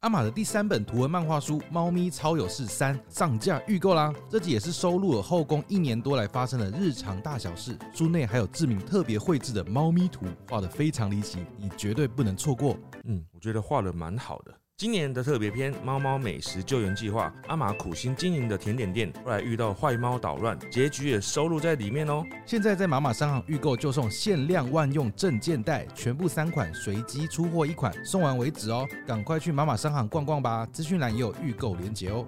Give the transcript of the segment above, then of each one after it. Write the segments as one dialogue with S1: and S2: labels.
S1: 阿玛的第三本图文漫画书《猫咪超有事三》上架预购啦！这集也是收录了后宫一年多来发生的日常大小事，书内还有志敏特别绘制的猫咪图，画的非常离奇，你绝对不能错过。
S2: 嗯，我觉得画的蛮好的。今年的特别篇《猫猫美食救援计划》，阿玛苦心经营的甜点店，后来遇到坏猫捣乱，结局也收录在里面哦。
S1: 现在在马马商行预购就送限量万用证件袋，全部三款，随机出货一款，送完为止哦！赶快去马马商行逛逛吧，资讯栏也有预购链接哦。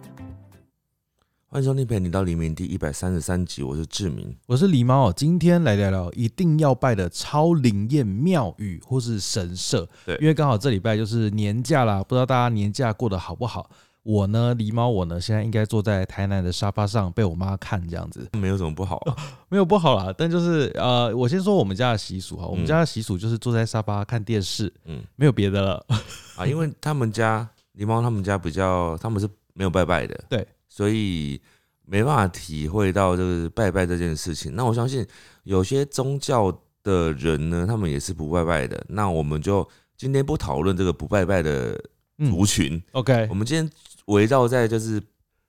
S2: 欢迎收听《陪你到黎明》第一百三十三集，我是志明。
S1: 我是狸猫哦，今天来聊聊一定要拜的超灵验庙宇或是神社。
S2: 对
S1: 因为刚好这礼拜就是年假啦，不知道大家年假过得好不好？我呢，狸猫我呢，现在应该坐在台南的沙发上被我妈看这样子，
S2: 没有什么不好、啊，
S1: 没有不好啦。但就是呃，我先说我们家的习俗哈，我们家的习俗就是坐在沙发看电视，
S2: 嗯
S1: 没有别的 了。
S2: 啊，因为他们家狸猫他们家比较，他们是没有拜拜的，
S1: 对，
S2: 所以没办法体会到就是拜拜这件事情。那我相信有些宗教的人呢，他们也是不拜拜的。那我们就今天不讨论这个不拜拜的族
S1: 嗯
S2: 群，
S1: ，OK，
S2: 我们今天围绕在就是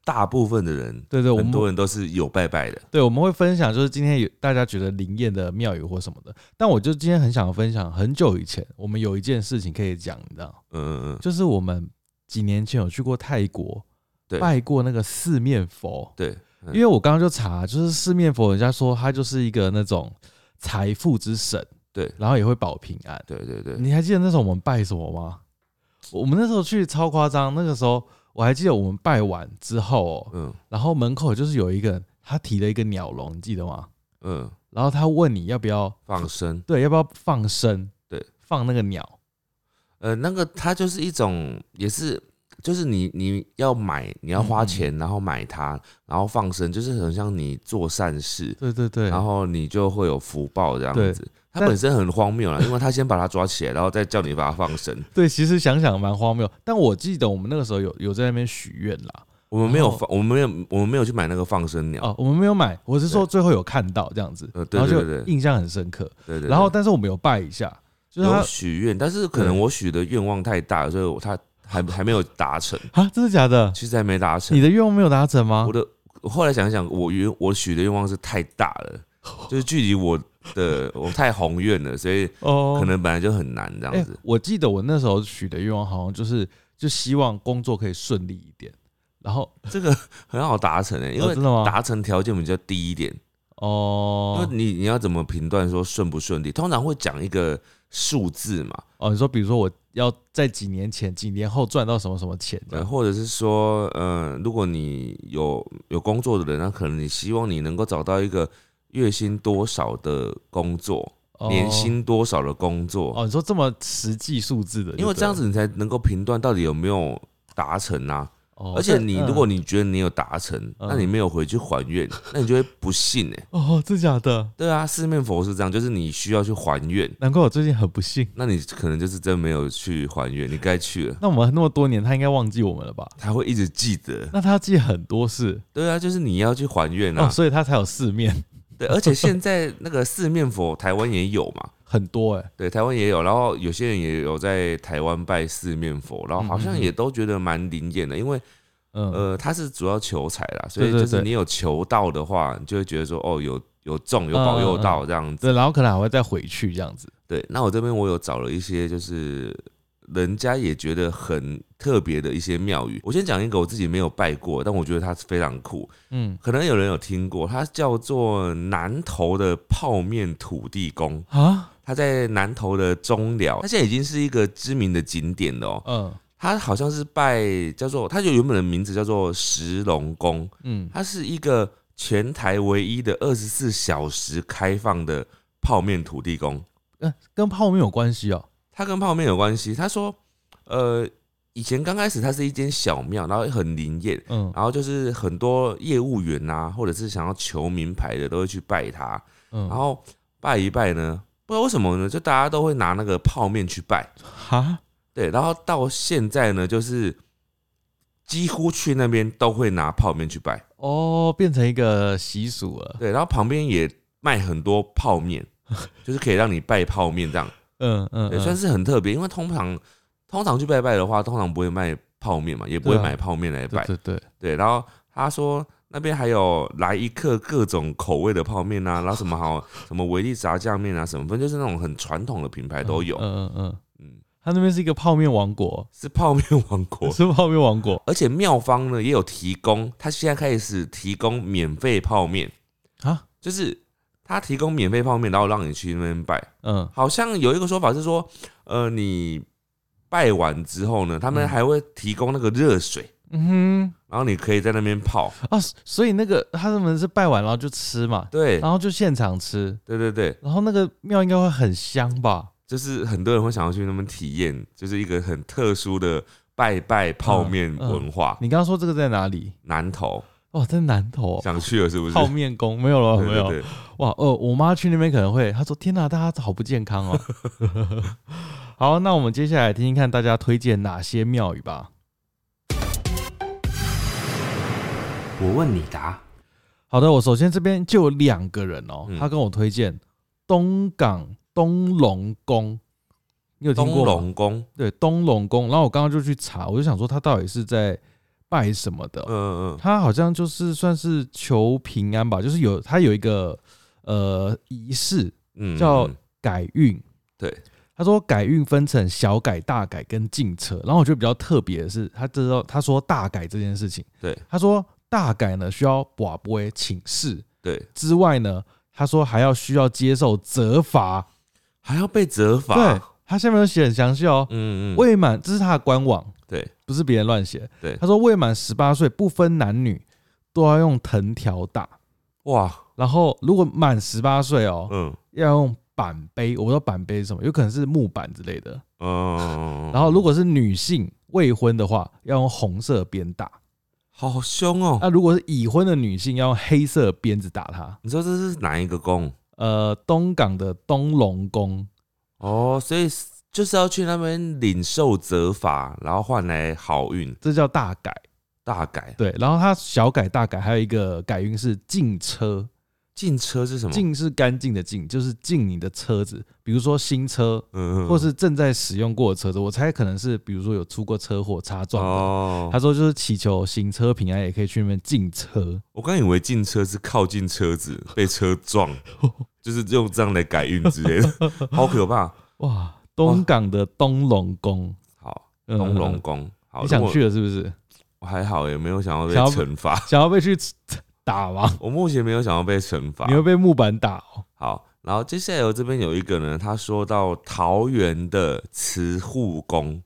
S2: 大部分的人，
S1: 对对，我
S2: 很
S1: 们
S2: 多人都是有拜拜的。
S1: 对，我们会分享就是今天有大家觉得灵验的庙宇或什么的。但我就今天很想分享，很久以前我们有一件事情可以讲，你知道，
S2: 嗯嗯嗯，
S1: 就是我们几年前有去过泰国，
S2: 对
S1: 拜过那个四面佛。
S2: 对，嗯
S1: 因为我刚刚就查，就是四面佛，人家说他就是一个那种财富之神，
S2: 对
S1: 然后也会保平安。
S2: 对对对，
S1: 你还记得那时候我们拜什么吗？我我们那时候去超夸张，那个时候我还记得我们拜完之后哦，
S2: 嗯
S1: 然后门口就是有一个人，他提了一个鸟笼，你记得吗？
S2: 嗯，
S1: 然后他问你要不要
S2: 放生。
S1: 对，要不要放生？
S2: 对，
S1: 放那个鸟。
S2: 呃，那个它就是一种，也是就是你你要买，你要花钱，
S1: 嗯
S2: 然后买它，然后放生，就是很像你做善事，
S1: 对对对，
S2: 然后你就会有福报这样
S1: 对
S2: 子。它
S1: 但
S2: 本身很荒 谬啦，因为它先把它抓起来，然后再叫你把它放生。
S1: 对，其实想想蛮荒谬。但我记得我们那个时候有有在那边许愿啦。
S2: 我们没有
S1: 然后
S2: 放，我们没有，我们没有去买那个放生鸟。
S1: 哦，我们没有买，我是说最后有看到这样子，
S2: 呃对
S1: 然后
S2: 对
S1: 就
S2: 对对
S1: 印象很深刻。
S2: 对对对
S1: 然后，但是我们有拜一下，就是
S2: 有
S1: 他
S2: 许愿，但是可能我许的愿望太大，所以我它还还没有达成，
S1: 啊，真的假的？
S2: 其实还没达成
S1: 你。的愿望没有达成吗
S2: 我？的我后来想想，我愿我许的愿望是太大了，就是距离我的我太宏愿了，所以
S1: 哦，
S2: 可能本来就很难这
S1: 哎、
S2: 样子。
S1: 我记得我那时候许的愿望好像就是就希望工作可以顺利一点，然后
S2: 这个很好达成欸诶、因
S1: 哦
S2: 为
S1: 真的吗
S2: 达成条件比较低一点。因为
S1: 哦
S2: 你你要怎么评断说顺不顺利？通常会讲一个数字嘛，
S1: 哦，你说比如说我要在几年前、几年后赚到什么什么钱这
S2: 呃
S1: 样，
S2: 或者是说，呃，如果你有有工作的人，那可能你希望你能够找到一个月薪多少的工作，
S1: 哦
S2: 呃年薪多少的工作，
S1: 哦，你说这么实际数字的就对了，
S2: 因为这样子你才能够评断到底有没有达成啊。
S1: 哦，
S2: 而且你
S1: 这
S2: 如果你觉得你有达成，
S1: 嗯
S2: 那你没有回去还愿，那你就会不信哎、
S1: 嗯哦，真假的，
S2: 对啊，四面佛是这样，就是你需要去还愿，
S1: 难怪我最近很不幸。
S2: 那你可能就是真没有去还愿，你该去了。
S1: 那我们那么多年，他应该忘记我们了吧？
S2: 他会一直记得，
S1: 那他记很多事、
S2: 对啊，就是你要去还愿
S1: 哦，
S2: 啊，
S1: 所以他才有四面
S2: 对，而且现在那个四面佛台湾也有嘛，
S1: 很多哎、
S2: 对，台湾也有，然后有些人也有在台湾拜四面佛，然后好像也都觉得蛮灵验的，因为
S1: 嗯、
S2: 呃，他是主要求财啦，所以
S1: 对对
S2: 就是
S1: 对
S2: 你有求到的话，你就会觉得说，哦，有有中，
S1: 嗯
S2: 有保佑到这样子。
S1: 对，然后可能还会再回去这样子。
S2: 对，那我这边我有找了一些，就是人家也觉得很特别的一些庙宇。我先讲一个我自己没有拜过，但我觉得它非常酷，
S1: 嗯
S2: 可能有人有听过，它叫做南投的泡面土地公，
S1: 啊，
S2: 它在南投的中寮，它现在已经是一个知名的景点了哦。
S1: 嗯
S2: 它好像是拜叫做，它就原本的名字叫做石龙宫。
S1: 嗯，
S2: 它是一个全台唯一的二十四小时开放的泡面土地公。
S1: 跟泡面有关系哦。
S2: 它跟泡面有关系。他说，呃，以前刚开始它是一间小庙，然后很灵验，
S1: 嗯
S2: 然后就是很多业务员啊，或者是想要求名牌的都会去拜它，
S1: 嗯，
S2: 然后拜一拜呢，不知道为什么呢，就大家都会拿那个泡面去拜。
S1: 哈，
S2: 对，然后到现在呢，就是几乎去那边都会拿泡面去拜。
S1: 哦，变成一个习俗了。
S2: 对，然后旁边也卖很多 泡面，就是可以让你拜泡面这样，
S1: 嗯嗯，
S2: 也
S1: 嗯
S2: 算是很特别。因为通常通常去拜拜的话，通常不会卖泡面嘛，也不会
S1: 对啊
S2: 买泡面来
S1: 对
S2: 拜。
S1: 对对，
S2: 对，然后他说那边还有来一客各种口味的泡面啊，然后什么好什么维力炸酱面啊，什么反正就是那种很传统的品牌都有。
S1: 嗯嗯嗯，
S2: 嗯，
S1: 他那边是一个泡面王国，
S2: 是泡面王国。
S1: 是泡面王国
S2: 而且妙方呢也有提供，他现在开始提供免费泡面，
S1: 啊，
S2: 就是他提供免费泡面，然后让你去那边拜。
S1: 嗯
S2: 好像有一个说法是说，呃，你拜完之后呢，他们
S1: 嗯
S2: 还会提供那个热水，
S1: 嗯
S2: 然后你可以在那边泡。
S1: 哼啊，所以那个他们是拜完然后就吃嘛，
S2: 对，
S1: 然后就现场吃，
S2: 对对对，
S1: 然后那个庙应该会很香吧？
S2: 就是很多人会想要去那边体验，就是一个很特殊的拜拜泡
S1: 嗯
S2: 面文化。
S1: 你刚刚说这个在哪里？
S2: 南投
S1: 哦，在南投哦、
S2: 想去了是不是？
S1: 泡面宫没有了，
S2: 对
S1: 没有
S2: 对对，
S1: 哇，呃，我妈去那边可能会，她说：“天哪、大家好不健康 哦。”好，那我们接下来听听看大家推荐哪些庙宇吧。
S3: 我问你
S1: 啊
S3: 答。
S1: 好的，我首先这边就有两个人哦，
S2: 嗯
S1: 他跟我推荐东港东龙宫，你有听
S2: 东
S1: 过吗？
S2: 龙宫，
S1: 对，东龙宫。然后我刚刚就去查，我就想说他到底是在拜什么的哦、
S2: 嗯嗯嗯，
S1: 他好像就是算是求平安吧，就是有他有一个呃仪式
S2: 嗯，
S1: 叫
S2: 嗯
S1: 改运。
S2: 对，
S1: 他说改运分成小改、大改跟进车。然后我觉得比较特别的是，他知道他说大改这件事情，
S2: 对，
S1: 他说大改呢需要寡不为请示
S2: 对，
S1: 之外呢，他说还要需要接受责罚。
S2: 还要被责罚。
S1: 对，他下面有写很详细哦，
S2: 嗯嗯，
S1: 未满这是他的官网，
S2: 对，
S1: 不是别人乱写。
S2: 对
S1: 他说未满十八岁不分男女都要用藤条打。
S2: 哇，
S1: 然后如果满十八岁哦，
S2: 嗯
S1: 要用板杯，我不知道板杯是什么，有可能是木板之类的。
S2: 嗯，
S1: 然后如果是女性未婚的话，要用红色鞭打；
S2: 好凶哦
S1: 那，如果是已婚的女性，要用黑色鞭子打她。
S2: 你说这是哪一个宫？
S1: 呃，东港的东龙宫，
S2: 哦，所以就是要去那边领受责罚，然后换来好运
S1: 这叫大改。
S2: 大改。
S1: 对，然后它小改、大改，还有一个改运是净车，
S2: 进车是什么？
S1: 净是干净的净，就是净你的车子，比如说新车。
S2: 嗯，嗯嗯
S1: 或是正在使用过的车子，我猜可能是比如说有出过车祸、擦撞的，
S2: 哦，
S1: 他说就是祈求行车平安，也可以去那边进车。
S2: 我刚以为进车是靠近车子被车撞， 就是用这样来改运之类的，好可怕。
S1: 哇，东港的东龙宫，
S2: 好，
S1: 嗯
S2: 东龙，宫，好，
S1: 你想
S2: 如果
S1: 去了是不是？
S2: 我还好，也没有想要被
S1: 想要
S2: 惩罚。
S1: 想要被去 打吗？
S2: 我目前没有想要被惩罚
S1: 你。会被木板打哦。
S2: 好，然后接下来我这边有一个呢，他说到桃园的慈护宫，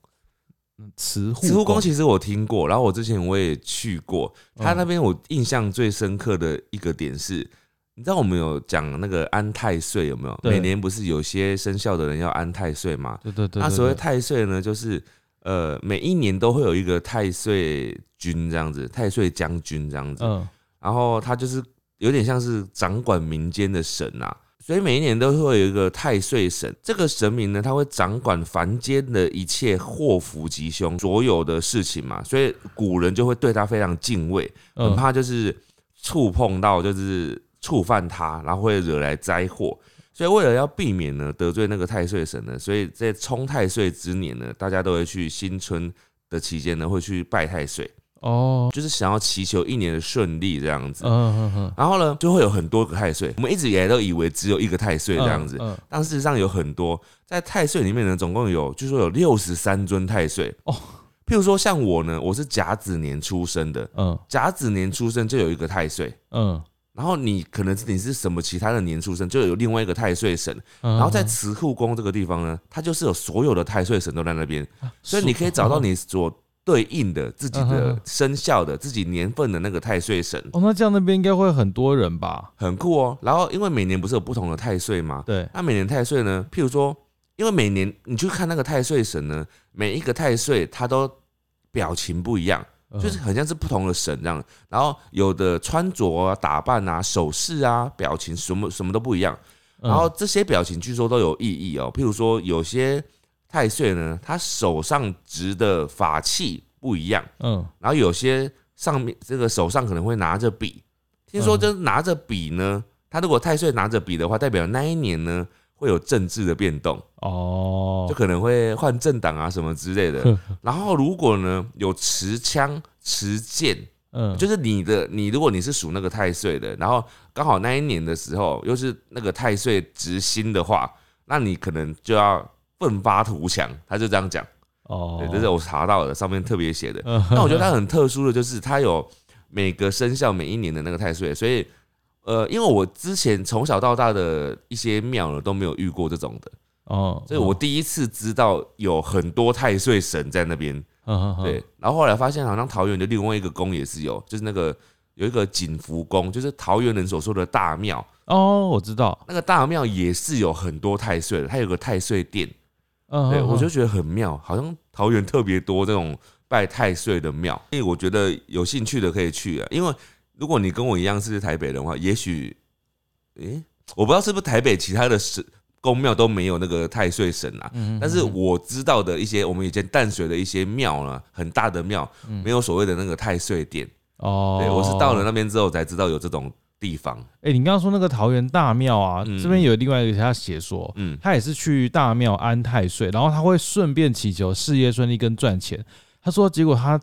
S1: 嗯慈护
S2: 慈护宫其实我听过，然后我之前我也去过，
S1: 嗯
S2: 他那边我印象最深刻的一个点是，你知道我们有讲那个安太岁有没有？
S1: 对
S2: 每年不是有些生肖的人要安太岁嘛？
S1: 对对对，
S2: 那所谓
S1: 对对
S2: 太岁呢，就是呃每一年都会有一个太岁军这样子，太岁将军这样子，
S1: 嗯
S2: 然后他就是有点像是掌管民间的神啊。所以每一年都会有一个太岁神，这个神明呢，他会掌管凡间的一切祸福吉凶所有的事情嘛，所以古人就会对他非常敬畏，很
S1: 嗯，
S2: 怕就是触碰到，就是触犯他，然后会惹来灾祸。所以为了要避免呢得罪那个太岁神呢，所以在冲太岁之年呢，大家都会去新春的期间呢，会去拜太岁，
S1: 哦，
S2: 就是想要祈求一年的顺利这样子。
S1: 嗯嗯嗯，
S2: 然后呢，就会有很多个太岁，我们一直以来都以为只有一个太岁这样子，
S1: 嗯嗯
S2: 但事实上有很多，在太岁里面呢，总共有据说有六十三尊太岁
S1: 哦。
S2: 譬如说像我呢，我是甲子年出生的，
S1: 嗯
S2: 甲子年出生就有一个太岁，
S1: 嗯，
S2: 然后你可能你是什么其他的年出生，就有另外一个太岁神。
S1: 然
S2: 然后在慈护宫这个地方呢，它就是有所有的太岁神都在那边，所以你
S1: 啊
S2: 可以找到你所对应的自己
S1: 嗯
S2: 的
S1: 哼
S2: 生肖的、自己年份的那个太岁神，
S1: 哦，那这样那边应该会很多人吧？
S2: 很酷哦。然后因为每年不是有不同的太岁吗？
S1: 对，
S2: 那每年太岁呢，譬如说，因为每年你去看那个太岁神呢，每一个太岁他都表情不一样。
S1: 嗯
S2: 就是很像是不同的神这样，然后有的穿着啊、打扮啊、手势啊、表情什么什么都不一样，
S1: 嗯
S2: 然后这些表情据说都有意义哦。譬如说，有些太岁呢，他手上执的法器不一样，
S1: 嗯
S2: 然后有些上面这个手上可能会拿着笔，听说
S1: 嗯
S2: 就是拿着笔呢，他如果太岁拿着笔的话，代表那一年呢会有政治的变动，就
S1: 哦，
S2: 可能会换政党啊什么之类的。然后如果呢有持枪、持剑，
S1: 嗯，
S2: 就是是你的你如果你是属那个太岁的，然后刚好那一年的时候又是那个太岁执星的话，那你可能就要奋发图强。他就这样讲，
S1: 哦
S2: 对，，这是我查到的，上面特别写的。
S1: 嗯，
S2: 那 我觉得它很特殊的就是它有每个生肖每一年的那个太岁，所以呃，因为我之前从小到大的一些庙呢都没有遇过这种的，
S1: 哦，
S2: 所以我第一次知道有很多太岁神在那边。
S1: 嗯，嗯，
S2: 对，然后后来发现好像桃园的另外一个宫也是有，就是那个有一个景福宫，就是桃园人所说的大庙，
S1: 嗯哦，我知道，
S2: 那个大庙也是有很多太岁的，它有个太岁殿。
S1: 嗯，
S2: 对，
S1: 嗯
S2: 我就
S1: 嗯
S2: 觉得很妙，好像桃园特别多这种拜太岁的庙，所以我觉得有兴趣的可以去啊。因为如果你跟我一样是台北人的话，也许，诶、我不知道是不是台北其他的神宫庙都没有那个太岁神啊。
S1: 嗯
S2: 但是我知道的一些，我们以前淡水的一些庙呢，很大的庙
S1: 嗯
S2: 没有所谓的那个太岁殿。
S1: 哦，
S2: 对我是到了那边之后才知道有这种地方。
S1: 哎、你刚刚说那个桃园大庙啊，
S2: 嗯
S1: 这边有另外一个他写说，
S2: 嗯，
S1: 他也是去大庙安太岁，然后他会顺便祈求事业顺利跟赚钱。他说，结果他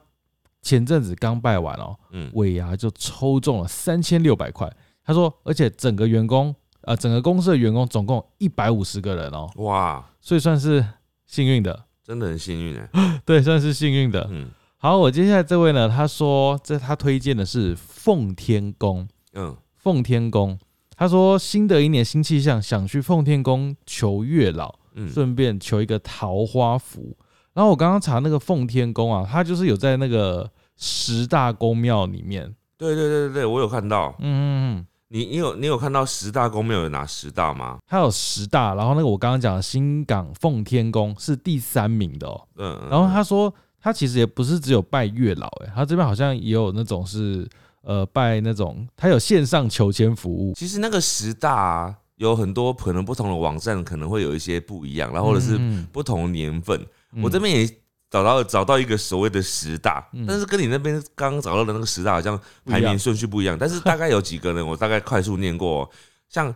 S1: 前阵子刚拜完哦，
S2: 嗯
S1: 尾牙就抽中了三千六百块。他说，而且整个员工，呃，整个公司的员工总共一百五十个人哦，
S2: 哇，
S1: 所以算是幸运的，
S2: 真的很幸运哎、
S1: 对，算是幸运的。
S2: 嗯
S1: 好，我接下来这位呢，他说这他推荐的是奉天宫。
S2: 嗯，
S1: 奉天宫。他说新的一年新气象，想去奉天宫求月老，
S2: 嗯
S1: 顺便求一个桃花符。然后我刚刚查那个奉天宫啊，它就是有在那个十大宫庙里面。
S2: 对对对对对，我有看到。
S1: 嗯嗯嗯，
S2: 你你有你有看到十大宫庙有哪十大吗？
S1: 它有十大，然后那个我刚刚讲的新港奉天宫是第三名的哦。
S2: 嗯，嗯
S1: 然后他说他其实也不是只有拜月老、欸，他这边好像也有那种是呃拜那种，他有线上求签服务。
S2: 其实那个十大、啊、有很多可能不同的网站可能会有一些不一样，然啊后或者是
S1: 嗯
S2: 不同年份。
S1: 嗯
S2: 我这边也找到找到一个所谓的十大，
S1: 嗯
S2: 但是跟你那边刚刚找到的那个十大好像
S1: 不一样
S2: 排名顺序不一样，但是大概有几个呢？我大概快速念过、哦，像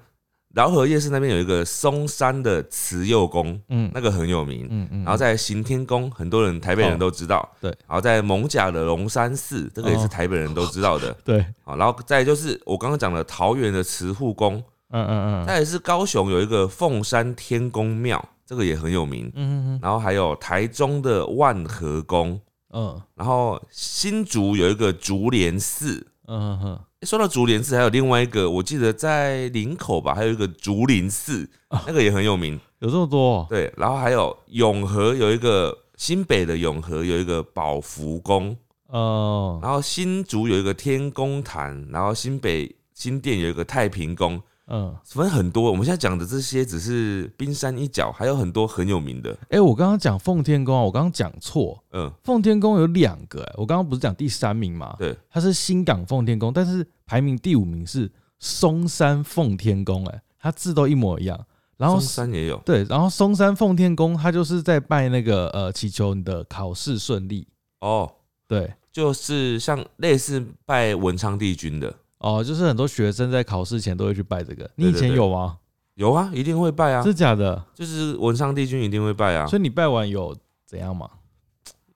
S2: 饶河夜市那边有一个松山的慈幼宫，
S1: 嗯
S2: 那个很有名。
S1: 嗯嗯，
S2: 然后在行天宫，很多人台北人
S1: 哦
S2: 都知道。
S1: 对
S2: 然后在蒙甲的龙山寺，这个也是
S1: 哦
S2: 台北人都知道的。
S1: 对，
S2: 好，然后再来就是我刚刚讲的桃园的慈护宫，
S1: 嗯嗯嗯嗯
S2: 再来是高雄有一个凤山天宫庙，这个也很有名。
S1: 嗯嗯。
S2: 然后还有台中的万和宫，
S1: 嗯
S2: 然后新竹有一个竹联寺。
S1: 嗯哼，
S2: 诶说到竹联寺，还有另外一个，我记得在林口吧，还有一个竹林寺，
S1: 哦
S2: 那个也很有名。
S1: 有这么多、哦
S2: 对，然后还有永和有一个新北的永和有一个宝福宫，
S1: 哦？
S2: 然后新竹有一个天宫坛，然后新北新店有一个太平宫，
S1: 嗯，
S2: 反正很多。我们现在讲的这些只是冰山一角，还有很多很有名的。
S1: 哎、我刚刚讲奉天宫啊，我刚刚讲错，
S2: 嗯，
S1: 奉天宫有两个、哎诶我刚刚不是讲第三名嘛？
S2: 对，
S1: 它是新港奉天宫，但是排名第五名是松山奉天宫，哎，它字都一模一样。然后
S2: 中山也有。
S1: 对，然后松山奉天宫，它就是在拜那个呃，祈求你的考试顺利。
S2: 哦，
S1: 对，
S2: 就是像类似拜文昌帝君的，
S1: 哦，就是很多学生在考试前都会去拜这个。你以
S2: 对对
S1: 前
S2: 对
S1: 有吗？
S2: 有啊，一定会拜啊，
S1: 是假的？
S2: 就是文昌帝君一定会拜啊
S1: 所。以你拜完有怎样吗？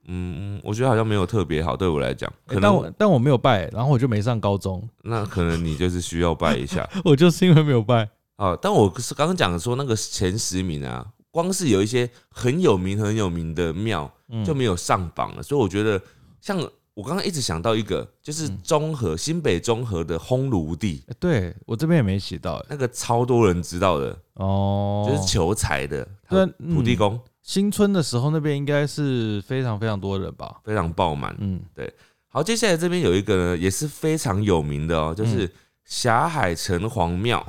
S2: 嗯，我觉得好像没有特别好，对我来讲，
S1: 诶
S2: 可
S1: 但
S2: 能
S1: 我但我没有拜，然后我就没上高中，
S2: 那可能你就是需要拜一下。
S1: 我就是因为没有拜。
S2: 哦，但我是刚刚讲说那个前十名啊，光是有一些很有名很有名的庙
S1: 嗯
S2: 就没有上榜了，所以我觉得像我刚刚一直想到一个，就是
S1: 嗯
S2: 中和新北中和的烘炉地，
S1: 欸对我这边也没写到欸
S2: 那个超多人知道的，
S1: 哦，
S2: 就是求财的，
S1: 对啊
S2: 土地
S1: 嗯
S2: 公
S1: 新春的时候那边应该是非常非常多人吧？
S2: 非常爆满。
S1: 嗯，
S2: 好，接下来这边有一个呢，也是非常有名的
S1: 嗯
S2: 哦，就是霞海城隍庙，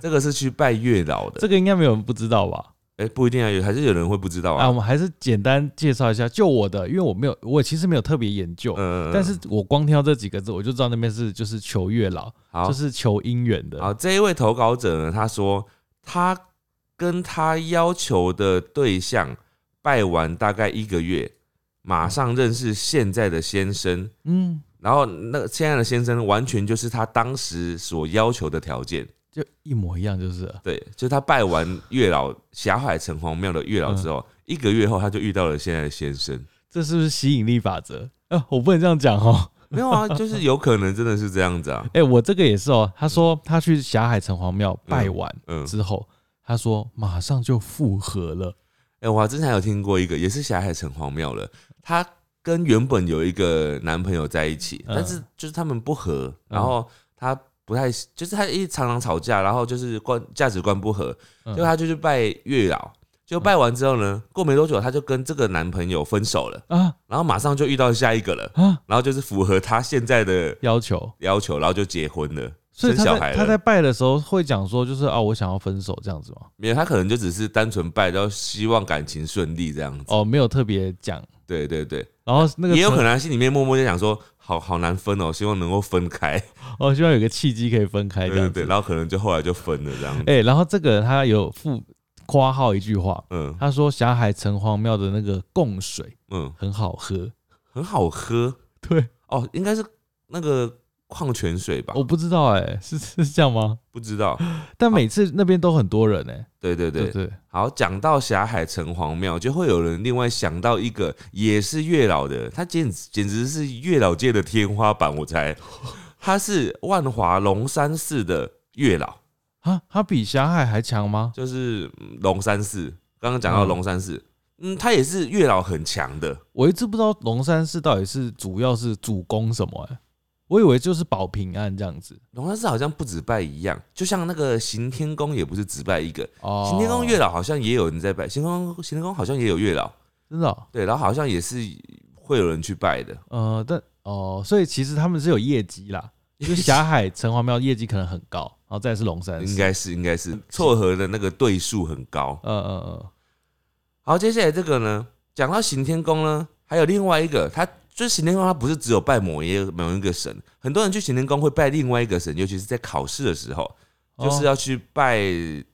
S2: 这个是去拜月老 的
S1: 这。个应该没有人不知道吧？
S2: 哎、不一定啊，有还是有人会不知道
S1: 啊，我
S2: 啊。
S1: 们还是简单介绍一下，就我的，因为我没有，我其实没有特别研究，
S2: 嗯
S1: 但是我光听到这几个字，我就知道那边是就是求月老，
S2: 好，
S1: 就是求姻缘的。
S2: 好，这一位投稿者呢，他说他跟他要求的对象拜完大概一个月，马上认识现在的先生，
S1: 嗯，
S2: 然后那个现在的先生完全就是他当时所要求的条件，
S1: 就一模一样，就是了
S2: 对，就是他拜完月老霞海城隍庙的月老之后，一个月后他就遇到了现在的先生。
S1: 这是不是吸引力法则？啊，我不能这样讲哦。
S2: 没有啊，就是有可能真的是这样子啊。
S1: 哎、我这个也是哦。他说他去霞海城隍庙拜完
S2: 嗯，
S1: 之后，他说马上就复合了。
S2: 哎、我还之前还有听过一个，也是霞海城隍庙了，她跟原本有一个男朋友在一起，
S1: 嗯
S2: 但是就是他们不和，然后她不太，就是她一常常吵架，然后就是观价值观不合，
S1: 嗯
S2: 结果她就去拜月老。就拜完之后呢，过没多久，她就跟这个男朋友分手了，
S1: 啊
S2: 然后马上就遇到下一个了，
S1: 啊，
S2: 然后就是符合她现在的
S1: 要求。
S2: 要求，然后就结婚了，
S1: 所以
S2: 生
S1: 他
S2: 小
S1: 在
S2: 孩了。
S1: 他在拜的时候会讲说，就是啊，我想要分手这样子吗？
S2: 没有，他可能就只是单纯拜，然后希望感情顺利这样子。
S1: 哦，没有特别讲。
S2: 对对对，
S1: 然后那个
S2: 也有可
S1: 城
S2: 能他心里面默默在想说，好好难分哦，希望能够分开。
S1: 哦，希望有个契机可以分开
S2: 对
S1: 哎这样
S2: 对
S1: 子。
S2: 对，然后可能就后来就分了这样子。
S1: 哎、然后这个他有附括号一句话，
S2: 嗯
S1: 他说霞海城隍庙的那个供水
S2: 嗯，
S1: 很好喝。
S2: 很好喝
S1: 对，
S2: 哦，应该是那个矿泉水吧？
S1: 我不知道哎、是是这样吗？
S2: 不知道。
S1: 但每次那边都很多人哎、
S2: 对对
S1: 对
S2: 对，
S1: 对，
S2: 好，讲到霞海城隍庙，就会有人另外想到一个也是月老的，他简直简直是月老界的天花板，我猜他是万华龙山寺的月老。
S1: 啊，他比霞海还强吗？
S2: 就是嗯龙山寺，刚刚讲到
S1: 嗯
S2: 龙山寺，嗯，他也是月老很强的，
S1: 我一直不知道龙山寺到底是主要是主攻什么哎、我以为就是保平安这样子
S2: 龙山寺好像不止拜一样，就像那个行天宫也不是只拜一个，
S1: 哦。
S2: 行天宫月老好像也有人在拜，行天宫行天宫好像也有月老，
S1: 真的哦、
S2: 对，然后好像也是会有人去拜的，
S1: 呃，但哦，所以其实他们是有业绩啦， 就是霞海城隍庙业绩可能很高，然后再嗯来是龙山寺，
S2: 应该是应该是撮合的那个对数很高。
S1: 呃呃呃，
S2: 好，接下来这个呢，讲到行天宫呢，还有另外一个，它就是行天宫，它不是只有拜某一某一个神，很多人去行天宫会拜另外一个神，尤其是在考试的时候。
S1: 哦
S2: 就是啊要去拜。嗯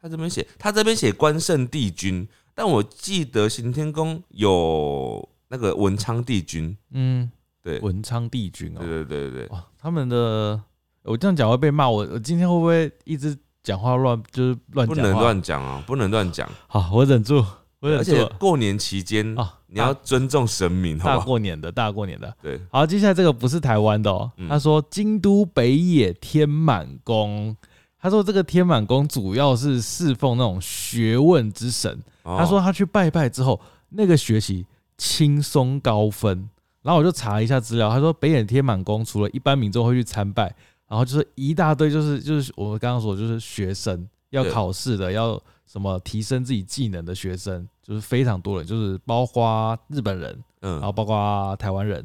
S2: 他这边写，他这边写关圣帝君，但我记得行天宫有那个文昌帝君，
S1: 嗯
S2: 对，对
S1: 文昌帝君哦、
S2: 对对对，
S1: 哇，他们的我这样讲会被骂，我我今天会不会一直讲话乱，就是乱
S2: 不
S1: 讲
S2: 能
S1: 话
S2: 乱讲哦，不能乱讲。
S1: 好，我忍住，我忍
S2: 而
S1: 住
S2: 且
S1: 了
S2: 过年期间，
S1: 啊，
S2: 你要尊重神明，
S1: 大
S2: 好不好？
S1: 过年的大过年的。
S2: 对，
S1: 好，接下来这个不是台湾的哦，
S2: 嗯
S1: 他说京都北野天满宫，他说这个天满宫主要是侍奉那种学问之神，
S2: 哦
S1: 他说他去拜拜之后，那个学习轻松高分。然后我就查了一下资料，他说北野天满宫除了一般民众会去参拜，然后就是一大堆就是就是我们刚刚说的就是学生要
S2: 对
S1: 考试的，要什么提升自己技能的学生，就是非常多人，就是包括日本人，然后
S2: 嗯，
S1: 包括台湾人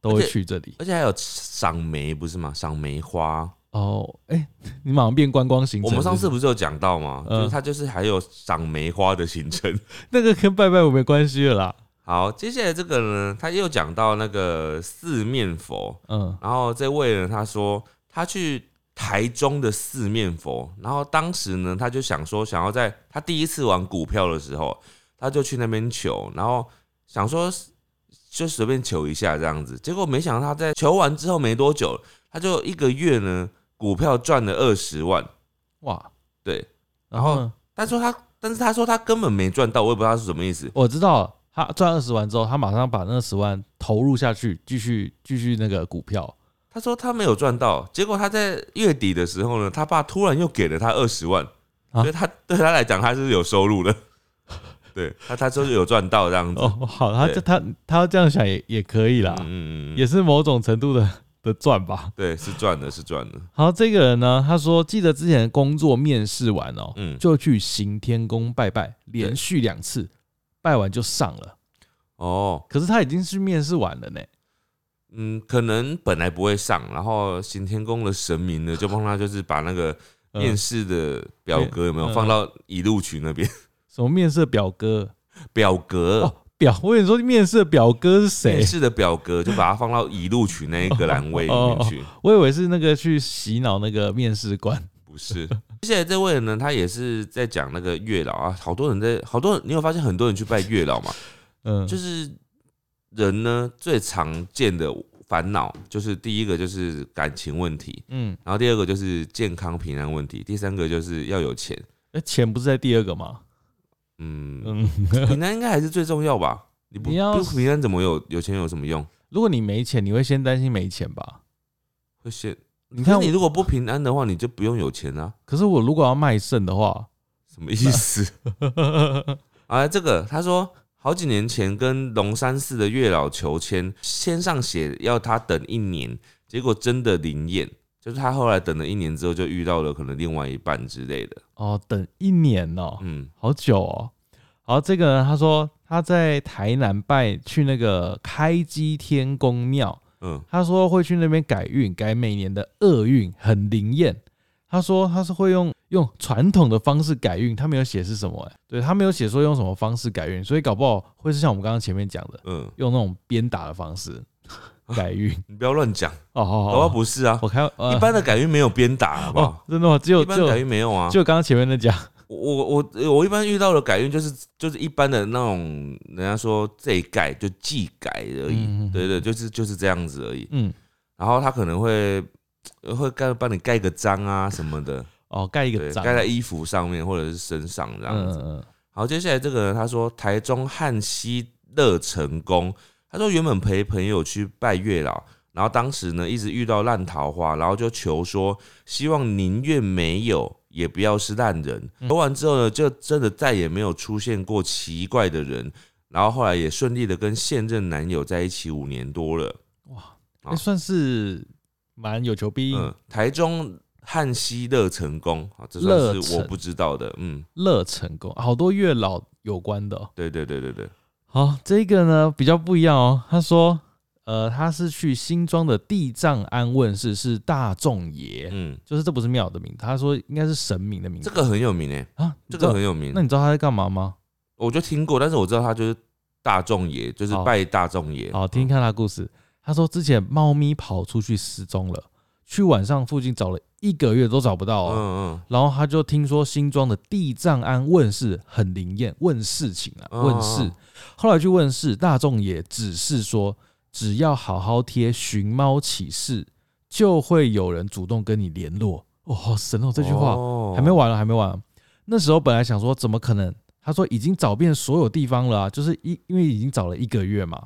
S1: 都会去这里。
S2: 而且还有赏梅不是吗？赏梅花，
S1: 哦，哎、你马上变观光行程
S2: 我
S1: 是不
S2: 们
S1: 是。
S2: 上次不是有讲到吗？
S1: 嗯
S2: 就是他就是还有赏梅花的行程。
S1: 那个跟拜拜我没关系了啦。
S2: 好，接下来这个呢，他又讲到那个四面佛，
S1: 嗯，
S2: 然后这位呢，他说他去台中的四面佛，然后当时呢，他就想说，想要在他第一次玩股票的时候，他就去那边求，然后想说就随便求一下这样子，结果没想到他在求完之后没多久，他就一个月呢，股票赚了二十万，
S1: 哇，嗯
S2: 对，
S1: 然后呢
S2: 他说他，但是他说他根本没赚到，我也不知道他是什么意思，
S1: 我知道了他赚二十万之后，他马上把那十万投入下去，继续继续那个股票。
S2: 他说他没有赚到，结果他在月底的时候呢，他爸突然又给了他二十万，
S1: 啊
S2: 所以他对他来讲他是有收入的。 对他，他说有赚到这样子。
S1: 哦，好，他
S2: 嗯对
S1: 这他他要这样想也也可以啦，
S2: 嗯嗯嗯
S1: 也
S2: 嗯，
S1: 是某种程度的的赚吧。
S2: 对，是赚的，是赚的。
S1: 好，这个人呢，他说记得之前工作面试完哦，
S2: 嗯
S1: 就去行天宫拜拜，连续两次拜完就上了。
S2: 哦，
S1: 可是他已经去面试完了呢。
S2: 嗯，可能本来不会上，然后行天宫的神明呢，就帮他就是把那个
S1: 嗯
S2: 面试的表格有没有
S1: 嗯
S2: 放到已录取那边
S1: 什么面试的表哥？
S2: 表格
S1: 哦，表， 我跟你说，面试的表哥是谁
S2: 面？试的表格就把它放到已录取那一个栏位里
S1: 哦
S2: 面去。
S1: 我以为是那个去洗脑那个面试官。
S2: 不是，接下来这位呢，他也是在讲那个月老啊，好多人在，好多人，你有发现很多人去拜月老嘛？
S1: 嗯，
S2: 就是是人呢最常见的烦恼，就是第一个就是感情问题，
S1: 嗯，
S2: 然后第二个就是健康平安问题，第三个就是要有钱。
S1: 那哎钱不是在第二个吗？
S2: 嗯，
S1: 嗯，
S2: 平安应该还是最重要吧？你不
S1: 你要
S2: 不平安怎么有有钱有什么用？
S1: 如果你没钱，你会先担心没钱吧？
S2: 会先，
S1: 你
S2: 可
S1: 看
S2: 是
S1: 我，
S2: 你如果不平安的话，你就不用有钱啊？
S1: 可是我如果要卖肾的话，
S2: 什么 意思？啊，这个他说好几年前跟龙山寺的月老求签，签上写要他等一年，结果真的灵验，就是他后来等了一年之后就遇到了可能另外一半之类的。
S1: 哦，等一年哦，
S2: 嗯，
S1: 好久哦。好，这个呢，他说他在台南拜去那个开基天宫庙，
S2: 嗯，
S1: 他说会去那边改运，改每年的厄运，很灵验。他说他是会用用传统的方式改运，他没有写是什么、欸，对他没有写说用什么方式改运，所以搞不好会是像我们刚刚前面讲的，
S2: 嗯，
S1: 用那种鞭打的方式 改运。
S2: 你不要乱讲，
S1: 哦，好好
S2: 搞不好
S1: 好，
S2: 不是啊
S1: 我。开呃
S2: 一般的改运没有鞭打，好不
S1: 哦
S2: 好？，
S1: 真的吗？只有
S2: 一
S1: 只
S2: 般改
S1: 有
S2: 运没有啊。
S1: 只有刚刚前面的讲，
S2: 我我我我一般遇到的改运就是就是一般的那种，人家说这一改就技改而已。
S1: 嗯嗯嗯
S2: 对对，就是就是这样子而已。
S1: 嗯，
S2: 然后他可能会呃会盖帮你盖个章啊什么的，
S1: 哦，盖一个
S2: 对，
S1: 章，
S2: 盖在衣服上面或者是身上这样子。
S1: 嗯嗯
S2: 好，接下来这个人他说台中汉西乐成宫，他说原本陪朋友去拜月老，然后当时呢一直遇到烂桃花，然后就求说希望宁愿没有。也不要是烂人。
S1: 嗯
S2: 求完之后呢，就真的再也没有出现过奇怪的人。然后后来也顺利的跟现任男友在一起五年多了。
S1: 嗯，
S2: 好
S1: 那算是蛮有求必应
S2: 哦嗯，台中汉西乐成功啊，这
S1: 乐
S2: 算是我
S1: 成
S2: 不知道的。嗯，
S1: 乐成功，好多月老有关的哦、
S2: 对对对对对，
S1: 好，这个呢比较不一样哦。他说，呃，他是去新庄的地藏安问世，是大众爷，
S2: 嗯，
S1: 就是这不是庙的名字，他说应该是神明的名字。
S2: 这个很有名诶，
S1: 啊，你
S2: 这
S1: 知道
S2: 个很有名
S1: 那。你知道他在干嘛吗？
S2: 我就听过，但是我知道他就是大众爷，就是
S1: 好
S2: 拜大众爷。
S1: 哦好，听听看他的故事。他说之前猫咪跑出去失踪了，去晚上附近找了一个月都找不到
S2: 嗯。
S1: 哦。
S2: 嗯
S1: 然后他就听说新庄的地藏庵问世很灵验，问事情啊，
S2: 哦
S1: 问事。后来去问世，大众也只是说，只要好好贴寻猫启事，就会有人主动跟你联络。哦，好神哦，这句话、
S2: 哦
S1: 还没。完了，还没完了。那时候本来想说，怎么可能？他说已经找遍所有地方了、啊，就是一因为已经找了一个月嘛。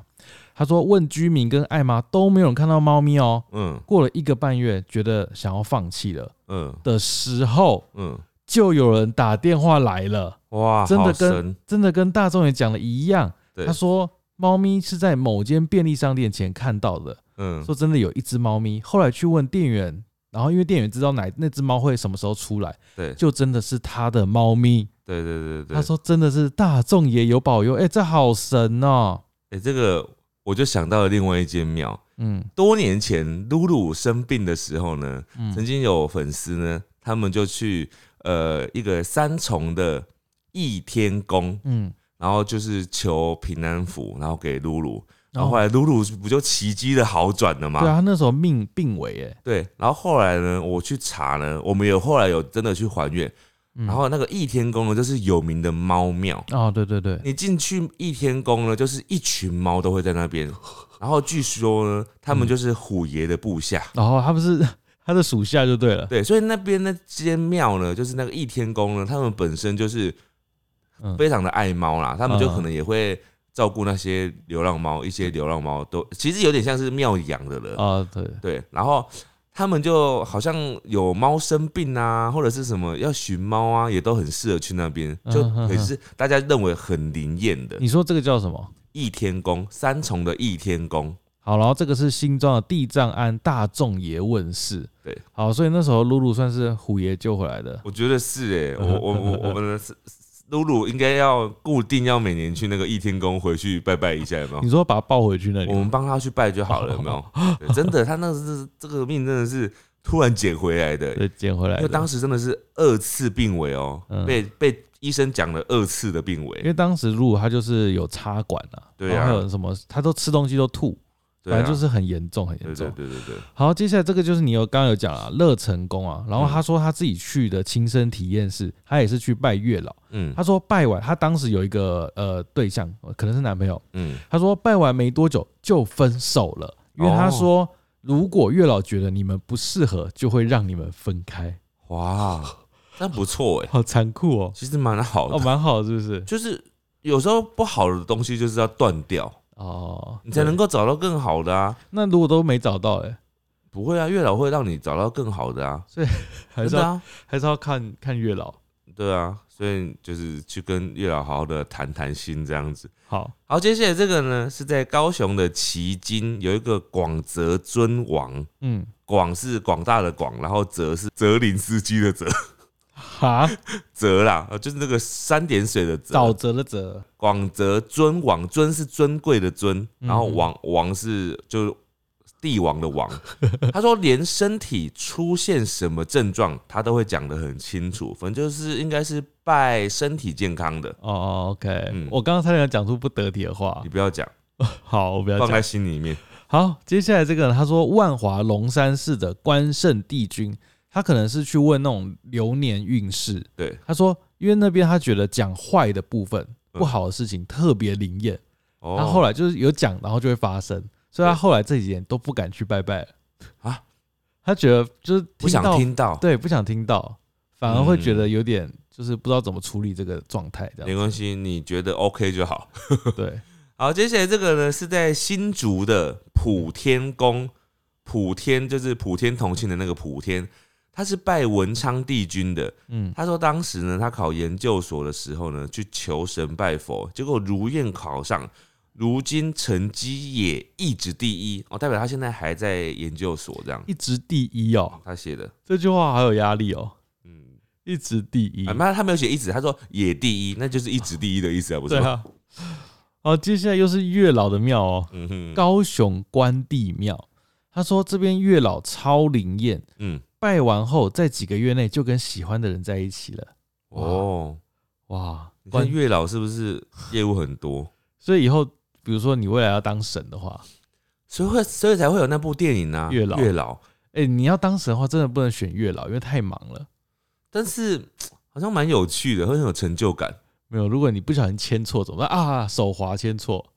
S1: 他说问居民跟艾妈都没有人看到猫咪哦。
S2: 嗯
S1: 过了一个半月，觉得想要放弃了
S2: 嗯
S1: 的时候，
S2: 嗯，
S1: 就有人打电话来了，
S2: 哇，
S1: 真的
S2: 好
S1: 跟
S2: 神
S1: 真的跟大众也讲的一样。
S2: 对
S1: 他，说，猫咪是在某间便利商店前看到的，
S2: 嗯
S1: 说真的有一只猫咪。后来去问店员，然后因为店员知道哪那只猫会什么时候出来，
S2: 对
S1: 就真的是他的猫咪。
S2: 对对对对。
S1: 他，说真的是大众也有保佑，哎、这好神哦。
S2: 哎，这个我就想到了另外一间庙。
S1: 嗯
S2: 多年前，露露生病的时候呢，曾
S1: 嗯，
S2: 经有粉丝呢，他们就去呃一个三重的义天宫，
S1: 嗯，
S2: 然后就是求平安符，然后给露露，然后后来露露不就奇迹的好转了吗？
S1: 哦对啊，他那时候命病危，哎，
S2: 对然后后来呢，我去查呢，我们有后来有真的去还愿，
S1: 嗯
S2: 然后那个义天宫呢，就是有名的猫庙。
S1: 哦，对对对，
S2: 你进去义天宫呢，就是一群猫都会在那边，然后据说呢，他
S1: 嗯
S2: 们就是虎爷的部下，
S1: 然后他不是 他的属下就对了，
S2: 对，所以那边那间庙呢，就是那个义天宫呢，他们本身就是
S1: 嗯
S2: 非常的爱猫啦，他们就
S1: 嗯
S2: 可能也会照顾那些流浪猫，一些流浪猫都其实有点像是庙养的了，
S1: 啊，对，
S2: 对，然后他们就好像有猫生病啊，或者是什么要寻猫啊，也都很适合去那边，就
S1: 嗯哼
S2: 也是大家认为很灵验的
S1: 你说这个叫什么？
S2: 义天宫，三重的义天宫，
S1: 好，然后这个是新庄的地藏庵大众爷问世。
S2: 对，
S1: 好，所以那时候露露算是虎爷救回来的。
S2: 我觉得是 哎、我我我我们的是。露露应该要固定要每年去那个义天宫回去拜拜一下，有没 有
S1: 你？说把他抱回去那里
S2: 哦我
S1: 吗，
S2: 们帮他去拜就好了，有没有？ 对真的，他那是这个命真的是突然捡回来的，
S1: 对，捡回来
S2: 因
S1: 的。
S2: 为当时真的是二次病危哦、
S1: 嗯
S2: 被被医生讲了二次的病
S1: 因
S2: 危，
S1: 为当时露露她就是有插管啊，
S2: 对啊
S1: 然后还有什么，她都吃东西都吐，
S2: 对
S1: 反
S2: 啊，
S1: 正就是很严重，很
S2: 对
S1: 严
S2: 对
S1: 重。
S2: 对对对，
S1: 好，接下来这个就是你有刚刚有讲啊，乐成功啊，然后他说他自己去的亲身体验是，他也是去拜月老，
S2: 嗯
S1: 他说拜完，他当时有一呃个呃对象，可能是男朋友，
S2: 嗯
S1: 他说拜完没多久就分手了，因为他说，如果月老觉得你们不适合，就会让你们分开。
S2: 哇，那不错哎、
S1: 好残酷 哦，
S2: 其实蛮好的，
S1: 哦，蛮好，是不是？
S2: 就是有时候不好的东西就是要断掉，
S1: 哦，
S2: 你才能
S1: 够。
S2: 够找到更好的啊。
S1: 那如果都没找到、欸，哎，
S2: 不会啊，月老会让你找到更好的啊，
S1: 还
S2: 真
S1: 是
S2: 的
S1: 要、
S2: 啊，
S1: 还是要看看月老。
S2: 对啊，所以就是去跟月老好好的谈谈心这样子。
S1: 好，
S2: 好，接下来这个呢是在高雄的旗津有一个广泽尊王，
S1: 嗯，
S2: 广是广大的广，然后泽是泽林斯基的泽，
S1: 哈，
S2: 泽啦，呃就是那个三点水的泽。
S1: 沼泽的泽，
S2: 广泽尊王，尊是尊贵的尊，
S1: 嗯
S2: 然后王王是就是帝王 的王。他说连身体出现什么症状，他都会讲得很清楚，反正就是应该是拜身体健康的。
S1: 哦哦，OK，、
S2: 嗯
S1: 我刚刚差点要讲出不得体的话
S2: 你。不要讲，
S1: 好，我不要
S2: 放在
S1: 讲。
S2: 心里面。
S1: 好，接下来这个人他说万华龙山寺的关圣帝君，他可能是去问那种流年运势。
S2: 对，
S1: 他说，因为那边他觉得讲坏的部分、
S2: 嗯
S1: 不好的事情特别灵验，
S2: 哦
S1: 他后来就是有讲，然后就会发生，所以他
S2: 对
S1: 后来这几年都不敢去拜拜了
S2: 啊。
S1: 他觉得就是
S2: 不想
S1: 到
S2: 听到，
S1: 对，不想听到，反而会觉
S2: 嗯
S1: 得有点就是不知道怎么处理这个状态，这
S2: 没
S1: 样
S2: 关系，你觉得 OK 就好。
S1: 对。
S2: 好，接下来这个呢是在新竹的普天宫，普天就是普天同庆的那个普天，他是拜文昌帝君的。
S1: 嗯，
S2: 他说当时呢，他考研究所的时候呢，去求神拜佛，结果如愿考上，如今成绩也一直第一哦，代表他现在还在研究所这样。
S1: 一直第一哦，
S2: 他写的，
S1: 这句话好有压力哦，
S2: 嗯，
S1: 一直第一
S2: 啊，，那他没有写一直，他说也第一，那就是一直第一的意思啊，不
S1: 对
S2: 是吗？
S1: 啊。好，接下来又是月老的庙哦，
S2: 嗯哼，
S1: 高雄关帝庙。他说这边月老超灵验，
S2: 嗯，
S1: 拜完后在几个月内就跟喜欢的人在一起了。
S2: 哦，
S1: 哇，
S2: 你看
S1: 关
S2: 月老是不是业务很多？
S1: 所以以后比如说你未来要当神的话，
S2: 所以会，所以才会有那部电影啊，
S1: 月老
S2: 月老。
S1: 哎、你要当神的话，真的不能选月老，因为太忙了。
S2: 但是好像蛮有趣的，会很有成就感。
S1: 没有，如果你不小心签错怎么办啊？手滑签错，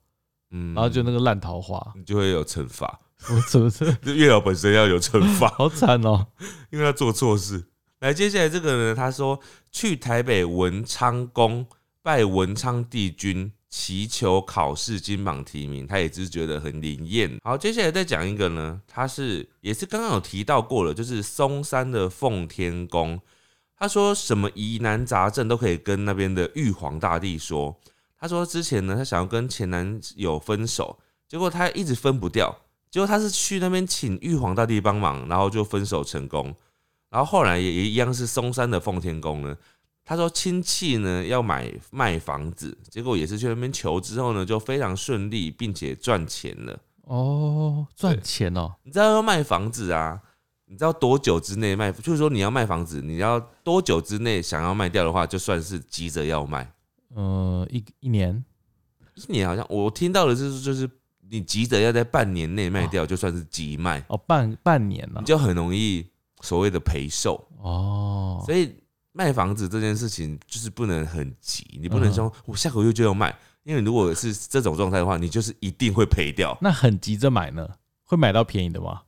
S2: 嗯，
S1: 然后就那个烂桃花，
S2: 你就会有惩罚。
S1: 我 怎么是
S2: 就月老本身要有惩罚，
S1: 好惨哦？
S2: 因为他做错事。来，接下来这个呢，他说去台北文昌宫拜文昌帝君，祈求考试金榜题名，他也是觉得很灵验。好，接下来再讲一个呢，他是也是刚刚有提到过了，就是松山的奉天宫，他说什么疑难杂症都可以跟那边的玉皇大帝说。他说之前呢，他想要跟前男友分手，结果他一直分不掉，结果他是去那边请玉皇大帝帮忙，然后就分手成功。然后后来也也一样是松山的奉天宫呢，他说亲戚呢要买卖房子，结果也是去那边求之后呢，就非常顺利，并且赚钱了。
S1: 哦，赚
S2: 对
S1: 钱哦，
S2: 你知道要卖房子啊？你知道多久之内卖？就是说你要卖房子，你要多久之内想要卖掉的话，就算是急着要卖。
S1: 嗯、一一年
S2: 一年好像我听到的就是就是你急着要在半年内卖掉，就算是急卖，
S1: 哦，半半年了、
S2: 你就很容易所谓的赔售。
S1: 哦，
S2: 所以卖房子这件事情就是不能很急，你不能
S1: 嗯
S2: 说我下个月就要卖，因为如果是这种状态的话，你就是一定会赔掉，
S1: 那很急着买呢，会买到便宜的吗？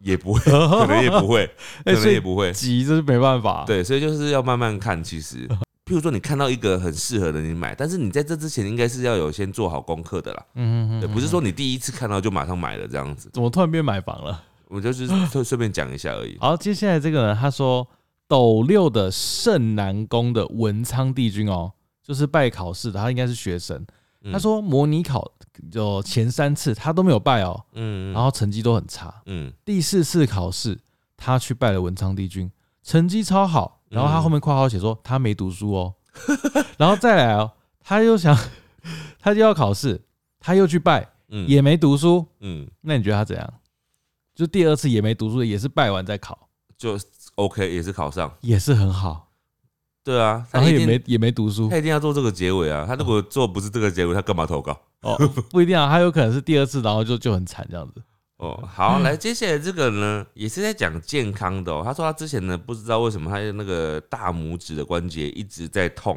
S2: 也 不会，可
S1: 可
S2: 能也不会，可
S1: 哎，所
S2: 能也
S1: 以
S2: 不会。
S1: 急这是没办法。，
S2: 对，所以就是要慢慢看。其实，譬如说你看到一个很适合的，你买，但是你在这之前应该是要有先做好功课的啦。
S1: 嗯嗯嗯，
S2: 对，不是说你第一次看到就马上买了这样子，
S1: 怎么突然变买房了。
S2: 我就是顺顺便讲一下而已。
S1: 好，接下来这个人他说斗六的圣南宫的文昌帝君哦，就是拜考试的，他应该是学生。
S2: 嗯
S1: 他，说模拟考有前三次他都没有拜哦，
S2: 嗯
S1: 然后成绩都很差。
S2: 嗯，
S1: 第四次考试他去拜了文昌帝君，成绩超好，然后
S2: 嗯
S1: 他后面括号写说他没读书哦， 然后再来哦，他又想 他就要考试，他又去拜
S2: 嗯
S1: 也没读书，
S2: 嗯
S1: 那你觉得他怎样？就第二次也没读书，也是拜完再考，
S2: 就 OK，也是考上。
S1: 也是很好，
S2: 对啊，他
S1: 然后
S2: 一
S1: 也
S2: 定
S1: 没也没读书
S2: 他一定要做这个结尾啊！他如果做不是这个结尾，他干嘛投稿？
S1: 哦，不一定啊，他有可能是第二次，然后就就很惨这样子。
S2: 哦，好，来，接下来这个呢，也是在讲健康的哦。他说他之前呢，不知道为什么他的那个大拇指的关节一直在痛，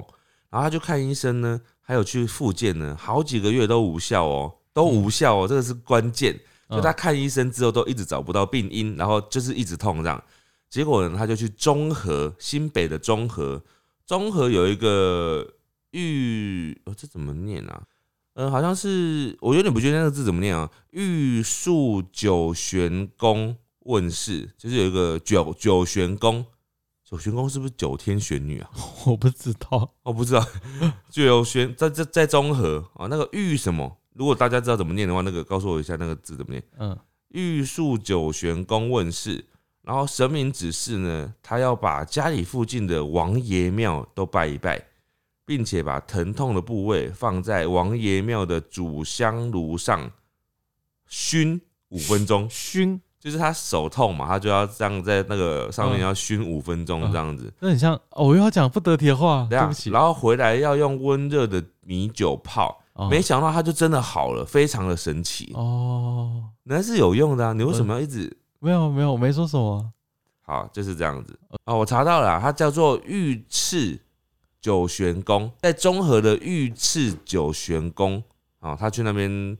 S2: 然后他就看医生呢，还有去复健呢，好几个月都无效哦，都无效哦，这个是关键。
S1: 嗯
S2: 就他看医生之后都一直找不到病因，然后就是一直痛这样。结果呢，他就去中和新北的中和，中和有一个玉，哦、这怎么念啊？呃，好像是我有点不确定那个字怎么念啊。玉树九玄宫问世，就是有一个九九玄宫，九玄宫是不是九天玄女啊？
S1: 我不知道，
S2: 我不知道，九玄在在在中和啊，那个玉什么？如果大家知道怎么念的话，那个告诉我一下那个字怎么念。
S1: 嗯，
S2: 玉树九玄宫问世，然后神明指示呢，他要把家里附近的王爷庙都拜一拜，并且把疼痛的部位放在王爷庙的主香炉上熏五分
S1: 嗯
S2: 钟，
S1: 熏，
S2: 就是他手痛嘛，他就要这样在那个上面
S1: 嗯
S2: 要熏五分钟
S1: 嗯
S2: 这样子，
S1: 那很像哦，我又要讲不得体的话，
S2: 这
S1: 对
S2: 样
S1: 不起，
S2: 然后回来要用温热的米酒泡，
S1: 哦
S2: 没想到他就真的好了，非常的神奇，
S1: 哦，
S2: 那是有用的啊，你为什么要一直？
S1: 没有没有，我没说什么，
S2: 好，就是这样子哦。我查到了啊，它叫做御赐九玄宫，在中和的御赐九玄宫啊，哦他去那边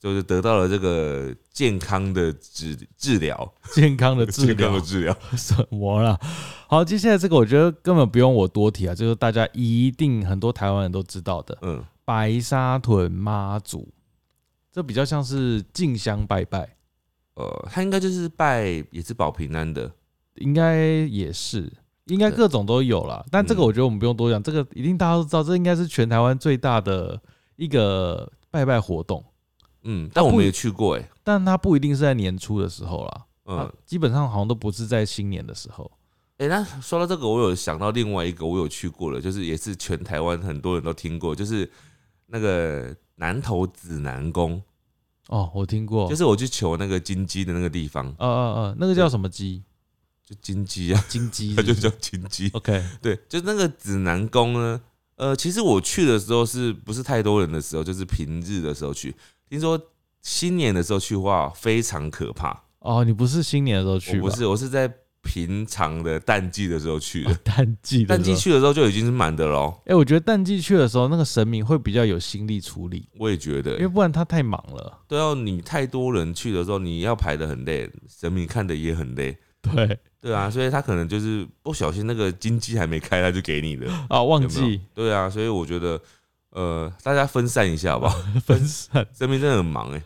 S2: 就是得到了这个健康的治治疗，
S1: 健康 的治
S2: 健康
S1: 疗
S2: 的治疗。
S1: 什么啦？好，接下来这个我觉得根本不用我多提啊，就是大家一定很多台湾人都知道的
S2: 嗯，
S1: 白沙屯妈祖，这比较像是进香拜拜，
S2: 呃，他应该就是拜也是保平安的，
S1: 应该也是。应该
S2: 对
S1: 各种都有啦，但这个
S2: 嗯
S1: 我觉得我们不用多讲，这个一定大家都知道，这应该是全台湾最大的一个拜拜活动，
S2: 嗯，但
S1: 啊
S2: 我
S1: 不
S2: 们
S1: 一
S2: 也去过哎、
S1: 但它不一定是在年初的时候啦，
S2: 嗯，
S1: 它基本上好像都不是在新年的时候。
S2: 哎、那说到这个，我有想到另外一个我有去过了，就是也是全台湾很多人都听过，就是那个南投指南宫。
S1: 哦，我听过，
S2: 就是我去求那个金鸡的那个地方，
S1: 呃呃呃，那个叫什么鸡？
S2: 就金鸡啊，
S1: 金鸡
S2: 它
S1: 是
S2: 就
S1: 不是
S2: 叫金鸡。
S1: OK，
S2: 对，就那个指南宫呢，呃，其实我去的时候是不是太多人的时候，就是平日的时候去。听说新年的时候去的话非常可怕，
S1: 哦，你不是新年的时候去
S2: 我
S1: 吧？
S2: 不是，我是在平常的淡季的时候 去
S1: 哦
S2: 的。
S1: 淡季的时
S2: 淡
S1: 候
S2: 季。去的时候就已经是满的喽，
S1: 哎、我觉得淡季去的时候，那个神明会比较有心力处理，
S2: 我也觉得
S1: 因为，不然他太忙了。
S2: 对啊，你太多人去的时候，你要排的很累，神明看的也很累，
S1: 对
S2: 对啊，所以他可能就是不小心那个金鸡还没开，他就给你了。
S1: 啊，忘
S2: 有没有
S1: 记
S2: 对啊，所以我觉得，呃，大家分散一下好不好？
S1: 分散。
S2: 身边真的很忙哎、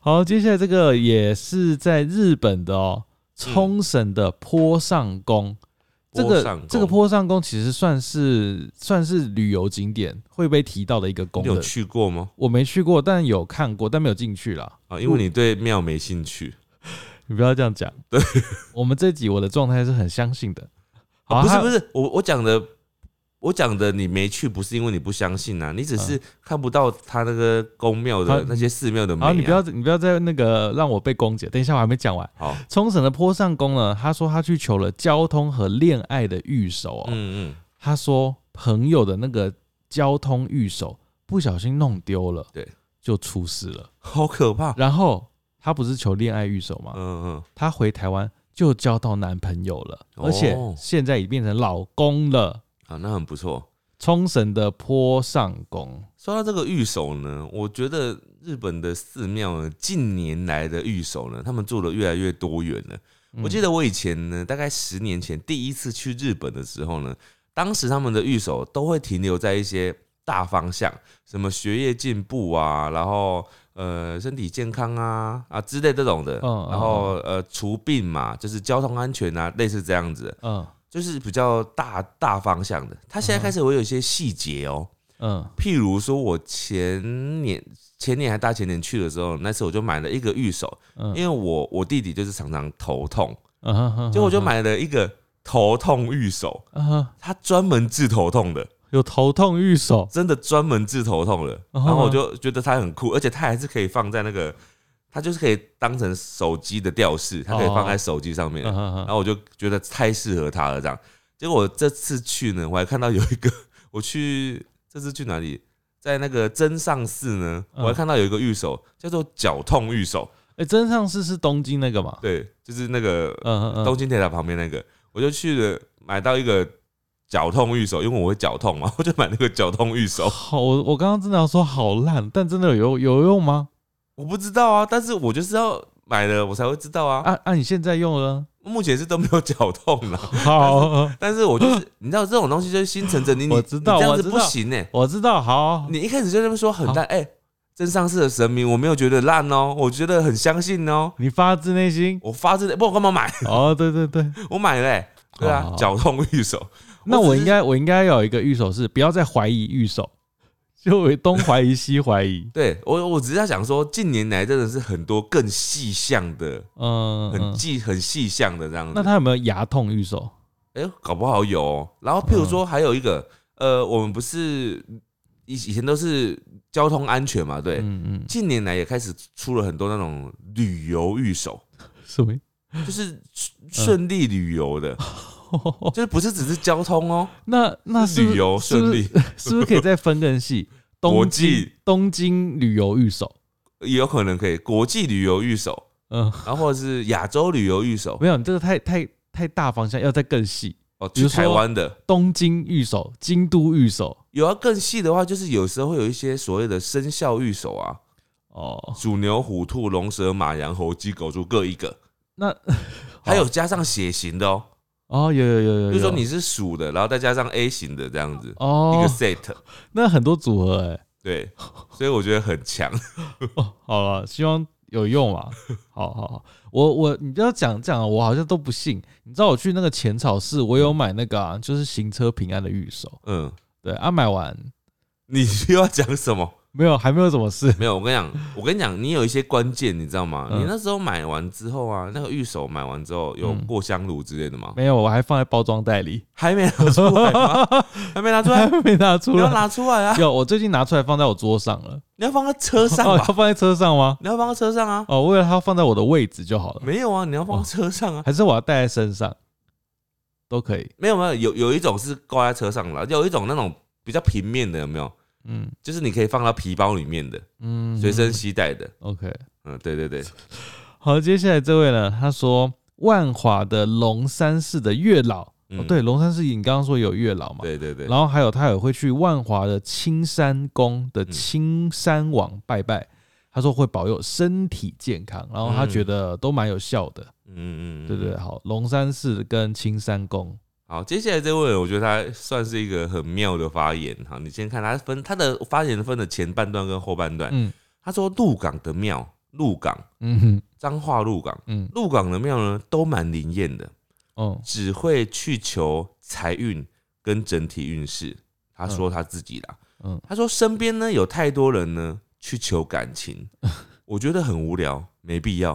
S1: 好，接下来这个也是在日本的
S2: 嗯
S1: 哦，冲绳的坡上宫。这
S2: 坡上
S1: 个
S2: 宫
S1: 这个坡上宫其实算是算是旅游景点会被提到的一个宫
S2: 你有
S1: 的，
S2: 去过吗？
S1: 我没去过，但有看过，但没有进去啦。
S2: 啊，因为你对庙没兴趣。
S1: 你不要这样讲。对，我们这集我的状态是很相信的。好
S2: 啊、不是不
S1: 是，
S2: 是，我我讲的，我讲的你没去，不是因为你不相信啊，你只
S1: 嗯
S2: 是看不到他那个宫庙
S1: 好
S2: 的那些寺庙的美、
S1: 好，
S2: 啊。
S1: 你不要你不要再那个让我被攻击。等一下，我还没讲完。
S2: 好，
S1: 冲绳的坡上宫呢，他说他去求了交通和恋爱的御守哦。
S2: 嗯嗯，
S1: 他说朋友的那个交通御守不小心弄丢了，
S2: 对，
S1: 就出事了。
S2: 好可怕。
S1: 然后他不是求恋爱御守吗？
S2: 嗯
S1: 他回台湾就交到男朋友了，
S2: 哦
S1: 而且现在已变成老公了。
S2: 嗯，啊，那很不错。
S1: 冲绳的坡上宫，
S2: 说到这个御守呢，我觉得日本的寺庙呢，近年来的御守呢，他们做的越来越多元了。我记
S1: 得
S2: 得我以前呢，大概十年前第一次去日本的时候呢，当时他们的御守都会停留在一些大方向，什么学业进步啊，然后呃身体健康啊啊之类这种的，
S1: 嗯嗯
S2: 然后呃除病嘛，就是交通安全啊，类似这样子的，
S1: 嗯
S2: 就是比较大大方向的。他现在开始会有一些细节哦，
S1: 嗯
S2: 譬如说我前年。前年还大前年去的时候，那次我就买了一个御守，
S1: 嗯，
S2: 因为我我弟弟就是常常头痛，
S1: 嗯哼哼
S2: 结果我就买了一个头痛御手，
S1: 哼哼啊，
S2: 它专门治头痛的，
S1: 有头痛御手，
S2: 真的专门治头痛的。
S1: 哦
S2: 然后我就觉得它很酷，而且它还是可以放在那个，它就是可以当成手机的吊饰，它可以放在手机上面。
S1: 嗯哼哼
S2: 然后我就觉得太适合它了，这样。结果我这次去呢，我还看到有一个，我去这次去哪里？在那个真上寺呢，
S1: 嗯
S2: 我还看到有一个御手叫做脚痛御手，
S1: 哎，真上寺是东京那个嘛？
S2: 对，就是那个
S1: 嗯嗯
S2: 东
S1: 嗯，
S2: 京铁塔旁边那个，我就去了买到一个脚痛御手，因为我会脚痛嘛，我 就买那个脚痛御手。
S1: 好，我我刚刚真的要说好烂，但真的有有用吗？
S2: 我不知道啊，但是我就是要买了我才会知道啊。
S1: 啊啊！你现在用了？
S2: 目前是都没有绞痛
S1: 哦
S2: 啦，
S1: 好，
S2: 但是 我就是你知道这种东西就是心诚着你，你
S1: 我知道
S2: 你这样
S1: 我
S2: 子
S1: 知
S2: 不
S1: 道
S2: 行呢、欸
S1: 我知道，好，
S2: 你一开始就这么说很烂，哎、真上市的神明，我没有觉得烂哦，我觉得很相信哦。
S1: 你发自内心。
S2: 我发自不，我干嘛买？
S1: 哦，对对对，
S2: 我买了、欸，对
S1: 好
S2: 啊
S1: 好，
S2: 绞痛御手。
S1: 哦那
S2: 我
S1: 我
S2: 只是，
S1: 应该我应该有一个预手是不要再怀疑预手，就东怀疑西怀疑
S2: 对我，我只是在想说，近年来真的是很多更细项的，
S1: 嗯，
S2: 很
S1: 嗯
S2: 细很细项的这样
S1: 那
S2: 子。
S1: 他有没有牙痛预手？
S2: 哎、搞不好有、哦。然后譬如
S1: 嗯
S2: 说还有一个，呃，我们不是以以前都是交通安全嘛，对。
S1: 嗯嗯，
S2: 近年来也开始出了很多那种旅游御手，
S1: 什么？嗯
S2: 就是顺顺利旅游的， 就是不是只是交通哦，
S1: 那哦 那是不是
S2: 旅游顺，利
S1: 是不是是不是可以再分更 细？
S2: 国
S1: 东
S2: 际
S1: 京东京旅游预手，
S2: 也有可能可以国际旅游御手，
S1: 嗯，
S2: 然后或者是亚洲旅游御手
S1: 没有，你这个太太太大方向，要再更细。
S2: 哦，
S1: 比如
S2: 去
S1: 说
S2: 台湾的。
S1: 东京御守、京都御守，
S2: 有要更细的话，就是有时候会有一些所谓的生肖御手啊，
S1: 哦，
S2: 鼠、牛、虎、兔、龙、蛇、马、羊、猴、鸡、狗、猪各一个，
S1: 那
S2: 还有加上血型的哦，
S1: 哦，有有有有有，
S2: 比如说你是鼠的，然后再加上 A 型的这样子，一
S1: 哦
S2: 个，set，
S1: 那很多组合 哎、
S2: 对，所以我觉得很强。
S1: 哦，好了，希望有用 嘛。好好好，我我你不要讲这样啊，我好像都不信。你知道我去那个浅草寺，我有买那个、啊、就是行车平安的预售，
S2: 嗯，
S1: 对啊，买完
S2: 你又要讲什么？
S1: 没有，还没有什么事。
S2: 没有，我跟你讲，我跟你讲，你有一些关键，你知道吗？
S1: 嗯
S2: 你那时候买完之后啊，那个玉手买完之后有
S1: 嗯
S2: 过香炉之类的吗？
S1: 没有， 我还放在包装袋 里，
S2: 还没拿出来吗？还没拿出
S1: 还
S2: 来，
S1: 没拿 出
S2: 你要
S1: 来。
S2: 拿出来啊！
S1: 有，我最近拿出来放在我桌上了。
S2: 你要放在车上
S1: 哦，要
S2: 吧？
S1: 放在车上吗？
S2: 你要放在车上啊？
S1: 哦，为了它放在我的位置就好了，
S2: 没有啊，你要放在车上啊？
S1: 还是我要带在身上，都可以。
S2: 没有没有，有有一种是挂在车上了，有一种那种比较平面的，有没有？
S1: 嗯
S2: 就是你可以放到皮包里面的，
S1: 嗯，
S2: 随身携带的。
S1: OK。
S2: 嗯，对对对，
S1: 好，接下来这位呢，他说万华的龙山寺的月老，
S2: 嗯
S1: 哦、对，龙山寺你刚刚说有月老嘛，
S2: 对对对，
S1: 然后还有他也会去万华的青山宫
S2: 嗯
S1: 的青山王拜拜，他说会保佑身体健康，然后
S2: 嗯
S1: 他觉得都蛮有效的，
S2: 嗯嗯嗯，
S1: 对对对，好，龙山寺跟青山宫，
S2: 好，接下来这位，我觉得他算是一个很妙的发言哈。你先看他分他的发言分的前半段跟后半段。
S1: 嗯
S2: 他说鹿港的庙，鹿港
S1: 嗯哼
S2: 彰化鹿港，
S1: 嗯
S2: 鹿港的庙呢都蛮灵验的，
S1: 嗯
S2: 只会去求财运跟整体运势。他说他自己啦，
S1: 嗯
S2: 他说身边呢有太多人呢去求感情，我觉得很无聊，没必要。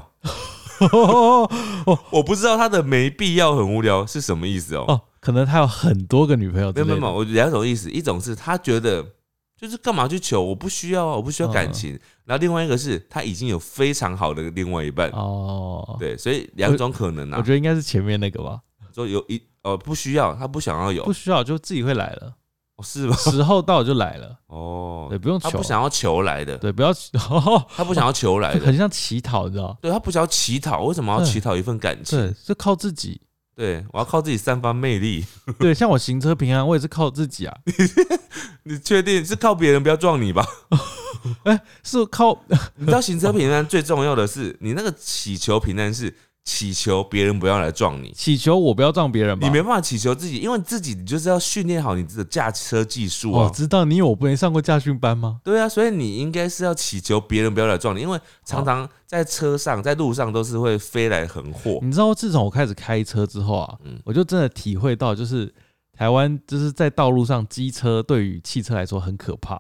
S1: 哦
S2: 我不知道他的没必要很无聊是什么意思哦。
S1: 哦，可能他有很多个女朋友
S2: 没
S1: 之
S2: 有
S1: 类的，
S2: 没有，没有我两种意思，一种是他觉得就是干嘛去求，我不需要啊，我不需要感
S1: 哦
S2: 情。然后另外一个是他已经有非常好的另外一半，
S1: 哦，
S2: 对，所以两种可能
S1: 我
S2: 啊
S1: 觉，得应该是前面那个吧，
S2: 说有一呃不需要，他不想要有
S1: 不，需要就自己会来了，
S2: 哦是吗？
S1: 时候到就来了，
S2: 哦
S1: 对，，不用
S2: 他
S1: 求
S2: 不。想要求来的，
S1: 对，不要 哦，
S2: 他不想要求来的
S1: 很，像乞讨，你知道？
S2: 对他不想要乞讨，为什么要乞讨一份感情？
S1: 对，是靠自己。
S2: 对我要靠自己散发魅力，
S1: 对，像我行车平安，我也是靠自己啊，
S2: 你确定是靠别人不要撞 你吧？
S1: 是靠
S2: 你知道行车平安最重要的是，你那个祈求平安是祈求别人不要来撞你。
S1: 祈求我不要撞别人吧。
S2: 你没办法祈求自己，因为自己你就是要训练好你自己的驾车技术
S1: 我
S2: 啊。
S1: 知道你有我没上过驾训班吗？
S2: 对啊，所以你应该是要祈求别人不要来撞你，因为常
S1: 哦
S2: 常在车上、在路上都是会飞来横祸。
S1: 你知道，自从我开始开车之后啊，
S2: 嗯
S1: 我就真的体会到，就是台湾就是在道路上，机车对于汽车来说很可怕，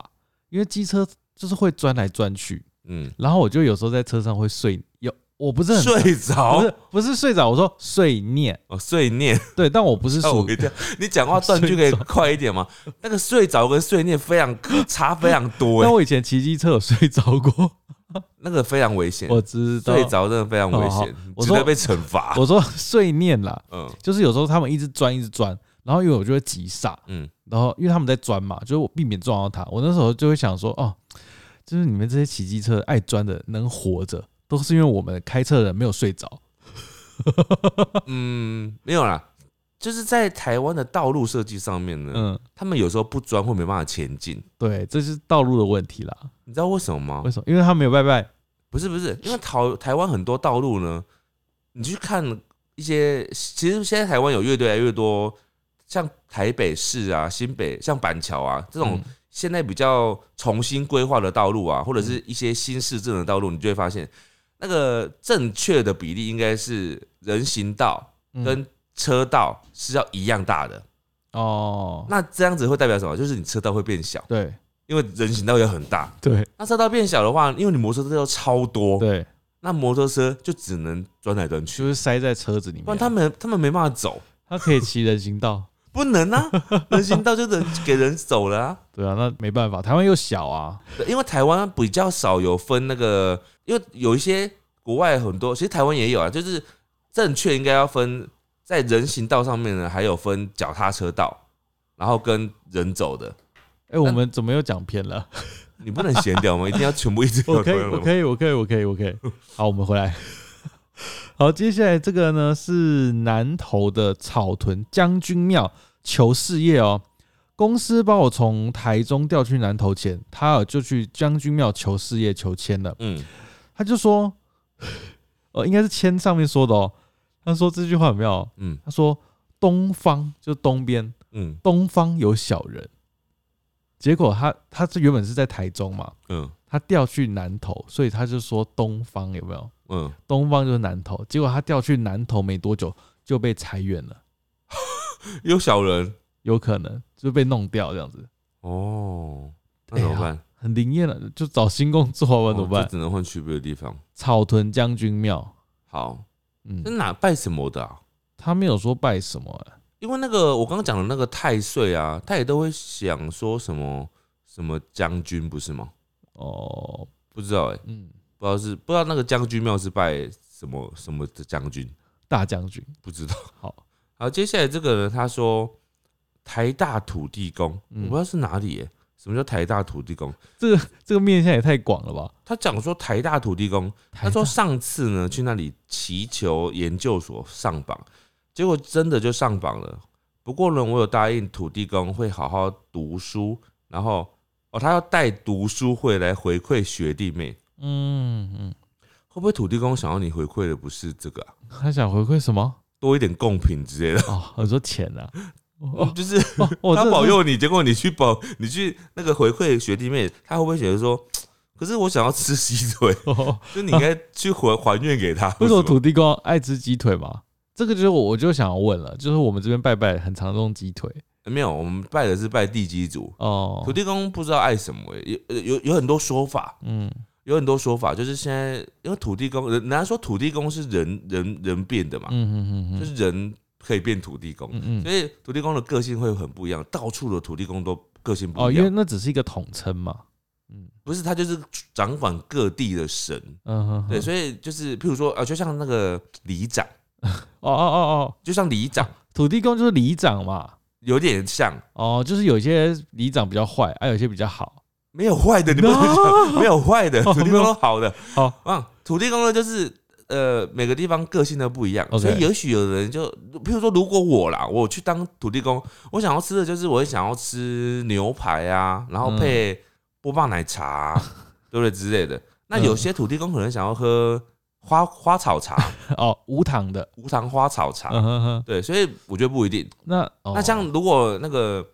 S1: 因为机车就是会钻来钻去，
S2: 嗯，
S1: 然后我就有时候在车上会睡，有我不是很
S2: 睡着
S1: 不是不是睡着，我说睡念，
S2: 哦，睡念，
S1: 对，但我不 是
S2: 吓
S1: 属
S2: 我一跳。你讲话断句可以
S1: 睡着
S2: 快一 点吗？那个睡着跟睡念非常差非常多、
S1: 但
S2: 欸，
S1: 我以前骑机车有睡着 过，
S2: 那个非常危险。
S1: 我知道。哦
S2: 睡着真的非常危
S1: 好好
S2: 险，
S1: 我
S2: 值得
S1: 说
S2: 被惩罚。
S1: 我说睡念啦，
S2: 嗯
S1: 就是有时候他们一直钻，一直钻，然后因为我就会急刹，
S2: 嗯，
S1: 然后因为他们在钻嘛，就是我避免撞到他。我那时候就会想说，哦，就是你们这些骑机车爱钻的能活着，都是因为我们开车的人没有睡着。
S2: 嗯，没有啦，就是在台湾的道路设计上面呢，
S1: 嗯，
S2: 他们有时候不钻会没办法前进，
S1: 对，这是道路的问题啦。
S2: 你知道为什么吗
S1: 为？什么？因为他没有拜拜。
S2: 不是不是，因为台台湾很多道路呢，你去看一些，其实现在台湾有越来越多，像台北市啊、新北、像板桥啊这种
S1: 嗯
S2: 现在比较重新规划的道路啊，或者是一些新市政的道路，你就会发现那个正确的比例应该是人行道
S1: 嗯
S2: 跟车道是要一样大的。
S1: 哦，
S2: 那这样子会代表什么？就是你车道会变小，
S1: 对
S2: 因为人行道也很大。
S1: 对
S2: 那车道变小的话，因为你摩托车又超多，
S1: 对，
S2: 那摩托车就只能钻来钻去，
S1: 就是塞在车子里
S2: 不然
S1: 面，啊
S2: 他们他们没办法走，
S1: 他可以骑人行道，
S2: 不能 啊，人行道就人给人走了啊。
S1: 对啊，那没办法，台湾又小啊，
S2: 对因为台湾比较少有分那个，因为有一些国外很多，其实台湾也有啊，就是正确应该要分在人行道上面呢，还有分脚踏车道，然后跟人走的，
S1: 哎，我们怎么又讲偏了？
S2: 你不能闲聊吗？一定要全部一直
S1: 我可以，我可以，我可以，我可以，我可以。好，我们回来。好，接下来这个呢是南投的草屯将军庙求事业哦。公司把我从台中调去南投前，他尔就去将军庙求事业求签了。
S2: 嗯，
S1: 他就说，呃，应该是签上面说的哦。他说这句话有没有？
S2: 嗯
S1: 他说东方就东边，
S2: 嗯
S1: 东方有小人。结果他他这原本是在台中嘛，
S2: 嗯
S1: 他调去南投，所以他就说东方有没有？
S2: 嗯，
S1: 东方就是南投。结果他调去南投没多久就被裁员了，
S2: 有小人
S1: 有可能就被弄掉这样子，
S2: 哦，那怎么办？
S1: 很灵验了，就找新工作不然哎怎么
S2: 哦
S1: 办
S2: 就？只能换去别的地方。
S1: 草屯将军庙，
S2: 好，那
S1: 嗯，
S2: 哪拜什么的啊？
S1: 他没有说拜什么、欸
S2: 因为那个我刚刚讲的那个太岁啊，他也都会想说什么什么将军不是吗？
S1: 哦，
S2: 不知道哎、
S1: 嗯，
S2: 不知道是不知道那个将军庙是拜什么什么的将军，
S1: 大将军，
S2: 不知道。
S1: 好，
S2: 好，接下来这个呢，他说台大土地公，
S1: 嗯
S2: 我不知道是哪里、欸，什么叫台大土地公？
S1: 这个面向也太广了吧？
S2: 他讲说台大土地公，他说
S1: 台大
S2: 上次呢去那里祈求研究所上榜，结果真的就上榜了。不过呢，我有答应土地公会好好读书，然后哦，他要带读书会来回馈学弟妹。
S1: 嗯嗯，
S2: 会不会土地公想要你回
S1: 哦
S2: 馈的不是这个啊、
S1: 他想回馈什么？
S2: 多一点贡品之类的？
S1: 哦，我说钱啊，哦
S2: 就是
S1: 哦，我
S2: 他
S1: 真的
S2: 保
S1: 是
S2: 佑你，结果你去保你去那个回馈学弟妹，他会不会觉得说，可是我想要吃鸡腿，
S1: 哦
S2: 就你应该去还还愿给他？
S1: 为什么
S2: 不是吗
S1: 土地公爱吃鸡腿嘛？这个就是我我就想要问了，就是我们这边拜拜很常用鸡腿
S2: 没有？我们拜的是拜地基主，
S1: 哦，
S2: 土地公不知道爱什么、欸，有有有很多说法，
S1: 嗯
S2: 有很多说法，就是现在因为土地公，人人家说土地公是人人人变的嘛，
S1: 嗯嗯嗯
S2: 啊
S1: 嗯
S2: 就是人可以变土地公，
S1: 嗯嗯
S2: 所以土地公的个性会很不一样，到处的土地公都个性不
S1: 哦，
S2: 一
S1: 因为
S2: 样，
S1: 那只是一个统称嘛，嗯
S2: 不是他就是掌管各地的神，
S1: 嗯哼，
S2: 对，
S1: 哼
S2: 所以就是譬如说啊，就像那个里长，
S1: 哦哦哦
S2: 就像里长
S1: 哦，土地公就是里长嘛，
S2: 有点像。
S1: 哦，就是有些里长比较坏，啊，有些比较好，
S2: 没有坏的，你不能讲没有坏的，
S1: 哦
S2: 土地公都好的。
S1: 好
S2: 啊，土地公呢，就是呃，每个地方个性都不一样，
S1: OK
S2: 所以也许有人就，譬如说，如果我啦，我去当土地公，我想要吃的就是我会想要吃牛排啊，然后
S1: 嗯
S2: 配波霸奶茶 啊、对不对之类的。那
S1: 嗯
S2: 有些土地公可能想要喝花花草茶，
S1: 哦，无糖的，
S2: 无糖花草茶，
S1: 嗯哼哼，
S2: 对，所以我觉得不一定。
S1: 那哦
S2: 啊那像如果那个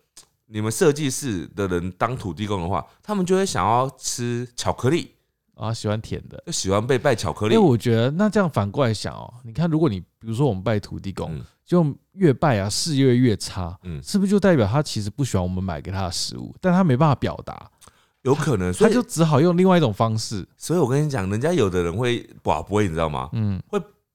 S2: 你们设计师的人当土地公的话，他们就会想要吃巧克力，
S1: 啊喜欢甜的，
S2: 就喜欢被拜巧克
S1: 因
S2: 力
S1: 为。哎我觉得那这样反过来想哦，你看，如果你比如说我们拜土地公
S2: 嗯，
S1: 就越拜啊事业越差，
S2: 嗯，
S1: 是不是就代表他其实不喜欢我们买给他的食物，但他没办法表达，
S2: 有可能，所
S1: 他
S2: 以
S1: 就只好用另外一种方式。
S2: 所以我跟你讲，人家有的人会寡不会，你知道吗？
S1: 嗯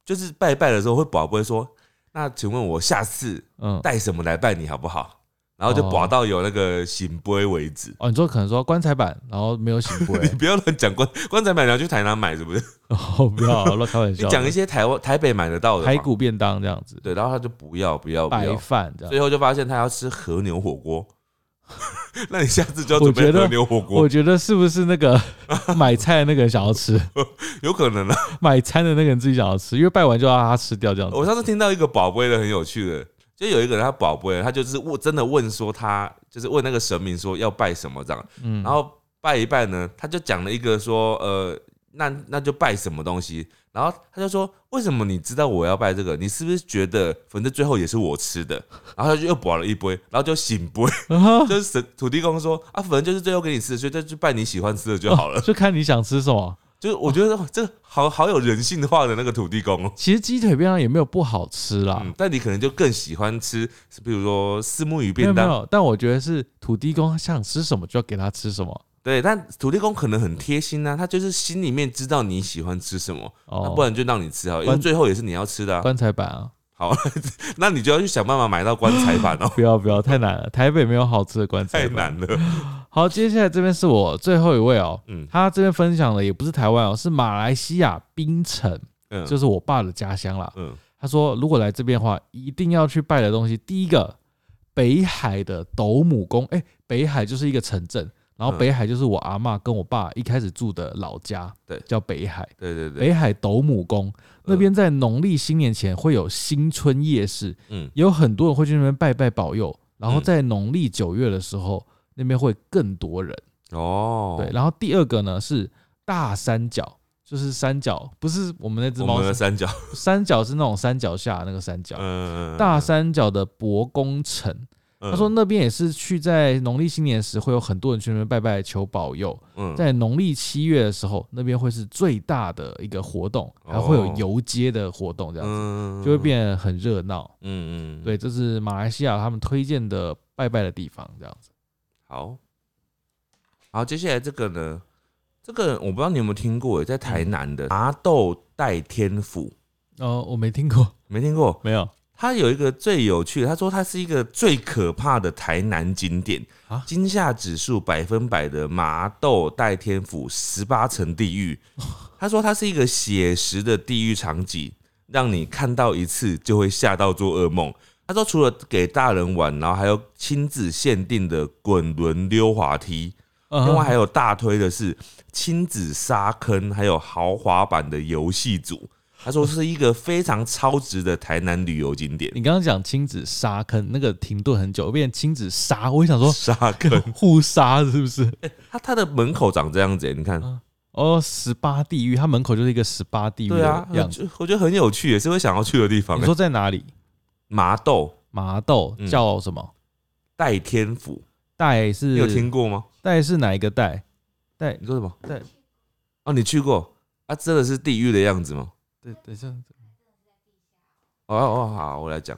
S2: 就是拜拜的时候会寡不会说，那请问我下次
S1: 嗯，
S2: 带什么来拜你好不好？然后就寡到有那个醒杯为止。
S1: 哦，你说可能说棺材板，然后没有醒过
S2: 你 不要乱讲棺棺材买，你要去台南买是不是？
S1: 哦，不要乱开玩
S2: 你
S1: 笑的，
S2: 讲一些台湾台北买得到的嘛
S1: 排，骨便当这样子，
S2: 对，然后他就不要不要不
S1: 白
S2: 要，
S1: 饭这
S2: 最
S1: 样。
S2: 后就发现他要吃和牛火锅。 那你下次就要准
S1: 我
S2: 备
S1: 觉得
S2: 和牛火锅
S1: 我，觉得是不是那个 买菜的那个人想要吃，
S2: 有可能啊。
S1: 买餐的那个人自己想要吃，因为拜完就要让他吃掉这样子。
S2: 我上次听到一个宝贝的很有趣的，就有一个人他宝贝，他就是问真的问说他就是问那个神明说要拜什么这样，
S1: 嗯，
S2: 然后拜一拜呢，他就讲了一个说呃那那就拜什么东西？然后他就说，为什么你知道我要拜这个？你是不是觉得反正最后也是我吃的？然后他就又保了一杯，然后就醒杯，
S1: 啊
S2: 就是神土地公说啊，反正就是最后给你吃的，所以就去拜你喜欢吃的就好了。
S1: 就看你想吃什么。
S2: 就是我觉得哦这好好有人性化的那个土地公哦。
S1: 其实鸡腿便当也没有不好吃啦，
S2: 嗯，但你可能就更喜欢吃，比如说四目鱼
S1: 没有
S2: 便
S1: 没
S2: 当，
S1: 有，但我觉得是土地公想吃什么就要给他吃什么。
S2: 对。但土地公可能很贴心啊，他就是心里面知道你喜欢吃什么，那
S1: 哦，
S2: 啊不然就让你吃好了，因为
S1: 棺
S2: 最后也是你要吃的啊。
S1: 棺材板啊，
S2: 好，那你就要去想办法买到棺材板 哦，
S1: 不要不要，太难了，台北没有好吃的棺材
S2: 太
S1: 板。
S2: 难了。
S1: 好，接下来这边是我最后一位哦，
S2: 嗯
S1: 他这边分享的也不是台湾哦，是马来西亚槟城，
S2: 嗯，
S1: 就是是我爸的家乡啦。
S2: 嗯，
S1: 他说，如果来这边的话，一定要去拜的东西，第一个北海的斗母宫，哎、北海就是一个城镇，然后
S2: 嗯
S1: 北海就是我阿嬷跟我爸一开始住的老家，
S2: 对
S1: 叫北海。
S2: 对对对，
S1: 北海斗母宫那边在农历新年前会有新春夜市，
S2: 嗯
S1: 有很多人会去那边拜拜保佑，然后
S2: 嗯
S1: 在农历九月的时候，那边会更多人。
S2: 哦，
S1: 对，然后第二个呢是大三角，就是三角，不是我们那只
S2: 我
S1: 猫
S2: 们，的三角，
S1: 三角是那种三角下那个三角，
S2: 嗯，
S1: 大三角的博公城。
S2: 嗯，
S1: 他说那边也是去在农历新年时会有很多人去那边拜拜求保佑，
S2: 嗯，
S1: 在农历七月的时候，那边会是最大的一个活动，还会有游街的活动，这样子、
S2: 哦嗯
S1: 就会，变得很热闹。
S2: 嗯嗯，嗯
S1: 对，，这是马来西亚他们推荐的拜拜的地方，这样子。
S2: 好，好，接下来这个呢，这个我不知道你有没有听过，在台南的麻豆代天府，
S1: 哦，我没听过，
S2: 没听过？
S1: 没有。
S2: 它有一个最有趣的，他说它是一个最可怕的台南景点
S1: 啊
S2: 惊吓指数百分百的麻豆代天府十八层地狱。他说它是一个写实的地狱场景，让你看到一次就会吓到做噩梦。他说除了给大人玩，然后还有亲子限定的滚轮溜滑梯，
S1: 嗯
S2: 另外还有大推的是亲子沙坑，还有豪华版的游戏组。他说是一个非常超值的台南旅游景点，
S1: 你刚刚讲亲子沙坑那个停顿很久，变亲子沙，我也想说
S2: 沙坑。
S1: 互杀是不是？
S2: 它它的门口长这样子耶，你看，
S1: 哦，十八地狱，它门口就是一个十八地狱
S2: 对啊
S1: 的，
S2: 我
S1: 样子。
S2: 觉我觉得很有趣，也是会想要去的地方
S1: 你。说在哪里？
S2: 麻豆
S1: 麻豆
S2: 嗯
S1: 叫什么？
S2: 代天府，
S1: 代
S2: 你有
S1: 是
S2: 听过吗？
S1: 代是哪一个代？代
S2: 你说什么？
S1: 代
S2: 哦，你去过啊？真的是地狱的样子吗？
S1: 对对这样子。
S2: 哦哦，好，我来讲。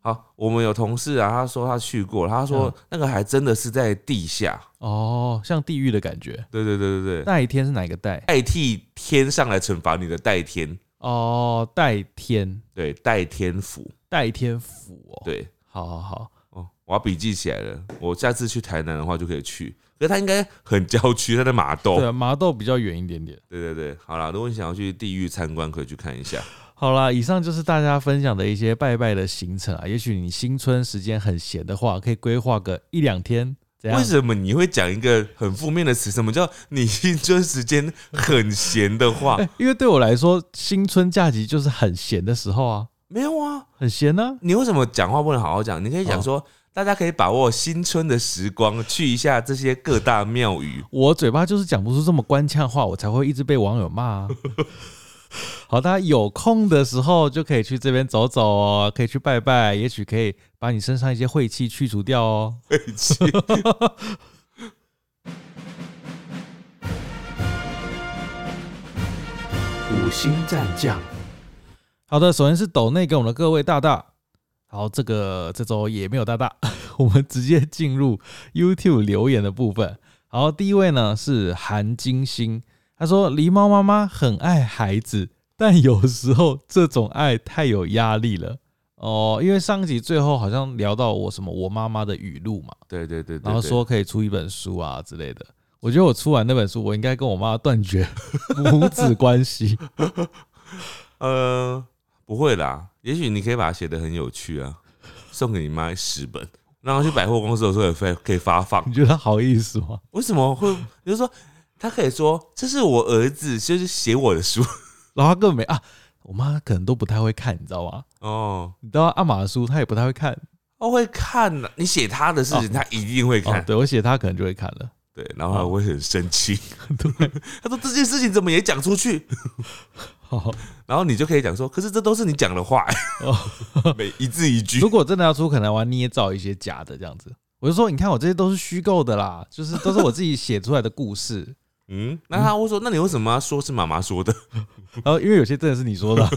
S2: 好，我们有同事啊，他说他去过，他
S1: 嗯
S2: 说那个还真的是在地下。
S1: 哦，像地狱的感觉。
S2: 对对对对对，
S1: 代天是哪一个代？
S2: 代替天上来惩罚你的代天，
S1: 哦，代天，
S2: 对，代天府，
S1: 代天府哦。，
S2: 对，
S1: 好好好，
S2: 哦，我要笔记起来了，我下次去台南的话就可以去，可是它应该很郊区，它在麻豆，
S1: 对啊，麻豆比较远一点点。
S2: 对对对，好啦，如果你想要去地狱参观，可以去看一下，
S1: 好啦，以上就是大家分享的一些拜拜的行程啊。也许你新春时间很闲的话，可以规划个一两天，怎样
S2: 为？什么你会讲一个很负面的词？什么叫你新春时间很闲的话
S1: 哎、？因为对我来说，新春假期就是很闲的时候啊，
S2: 没有啊，
S1: 很闲呢、
S2: 你为什么讲话不能好好讲？你可以讲
S1: 哦
S2: 说，大家可以把握新春的时光，去一下这些各大庙宇。
S1: 我嘴巴就是讲不出这么官腔话，我才会一直被网友骂啊。好，大家有空的时候就可以去这边走走哦，可以去拜拜，也许可以把你身上一些晦气去除掉哦。
S2: 晦气。
S3: 五星战将，
S1: 好的，首先是斗内给我们的各位大大。好，这个这周也没有大大， 我们直接进入 YouTube 留言的部分。好，第一位呢是韩金星，他说狸猫妈妈很爱孩子，但有时候这种爱太有压力了。哦，因为上一集最后好像聊到我什么我妈妈的语录嘛，
S2: 对对对对对
S1: 然后说可以出一本书啊之类的。我觉得我出完那本书，我应该跟我妈断绝 母子关系。
S2: 呃，不会啦，也许你可以把它写的很有趣啊，送给你妈十本，让她去百货公司的时候也发可以发放
S1: 你。觉得好意思吗？
S2: 为什么会？就是说，她可以说这是我儿子，就是写我的书
S1: 然后他根本没啊，我妈可能都不太会看，你知道吗？
S2: 哦。
S1: 你知道阿玛的书，她也不太会看。
S2: 他会看、啊，你写他的事情，他一定会
S1: 哦
S2: 看，。
S1: 对我写她可能就会看了。
S2: 对，然后他会很生气，
S1: 哦
S2: 他说这件事情怎么也讲出去，
S1: 好，
S2: 然后你就可以讲说，可是这都是你讲的话
S1: 哦，
S2: 每一字一 句
S1: 如，果真的要出，可能我要捏造一些假的这样子。我就说，你看我这些都是虚构的啦，就是都是我自己写出来的故 事。
S2: 嗯，那他会说，那你为什么要说是妈妈说的？
S1: 然后因为有些真的是你说的啊，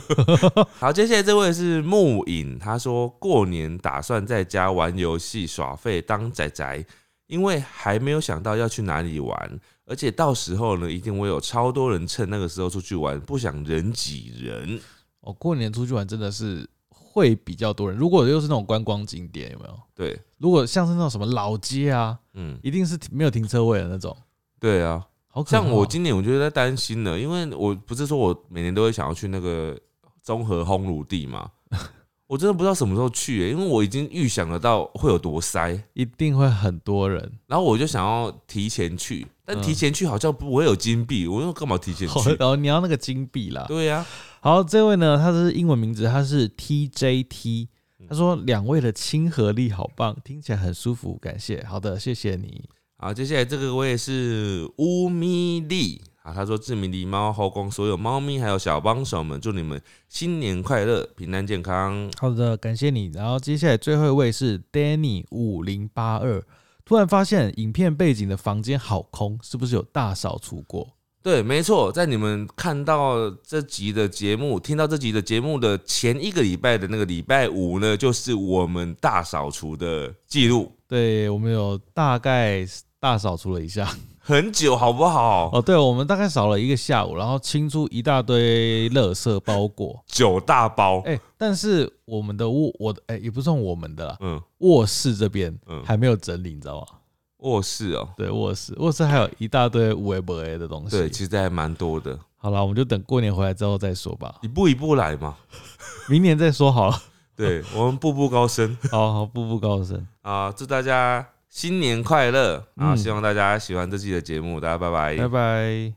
S2: 好，接下来这位是木影，他说过年打算在家玩游戏耍废当仔仔，因为还没有想到要去哪里玩，而且到时候呢，一定会有超多人趁那个时候出去玩，不想人挤人。
S1: 哦，过年出去玩真的是会比较多人。如果又是那种观光景点，有没有？
S2: 对，
S1: 如果像是那种什么老街啊，
S2: 嗯，
S1: 一定是停没有停车位的那种。
S2: 对啊，
S1: 好可怕哦
S2: 像我今年我就在担心了，因为我不是说我每年都会想要去那个综合烘炉地嘛，我真的不知道什么时候去、因为我已经预想得到会有多塞。
S1: 一定会很多人，
S2: 然后我就想要提前去，但提前去好像不会有金币，我又干嘛提前
S1: 好
S2: 去？
S1: 然后你要那个金币啦。
S2: 对呀、
S1: 好，这位呢，他是英文名字，他是 TJT，他说两位的亲和力好棒，听起来很舒服，感谢。好的，谢谢你。
S2: 好，接下来这个我也是乌咪利啊，他说志明狸猫后宫所有猫咪还有小帮手们，祝你们新年快乐，平安健康。
S1: 好的，感谢你。然后接下来最后一位是 Danny 五零八二，突然发现影片背景的房间好空，是不是有大扫除过？
S2: 对，没错，在你们看到这集的节目、听到这集的节目的前一个礼拜的那个礼拜五呢，就是我们大扫除的记录，
S1: 对我们有大概大扫除了一下。
S2: 很久好不好？
S1: 哦，对，我们大概扫了一个下午，然后清出一大堆垃圾包裹。
S2: 九大包，
S1: 哎、但是我们的卧，我的哎、也不算我们的啦，
S2: 嗯，
S1: 卧室这边
S2: 嗯
S1: 还没有整理，你知道吗？
S2: 卧室哦，
S1: 对，卧室卧室还有一大堆无为不为的东西。
S2: 对，其实还蛮多的，
S1: 好了，我们就等过年回来之后再说吧，
S2: 一步一步来嘛。
S1: 明年再说好了。
S2: 对我们步步高升
S1: 好好，步步高升。
S2: 啊！祝大家新年快乐啊！
S1: 嗯
S2: 希望大家喜欢这期的节目，大家拜拜，
S1: 拜拜。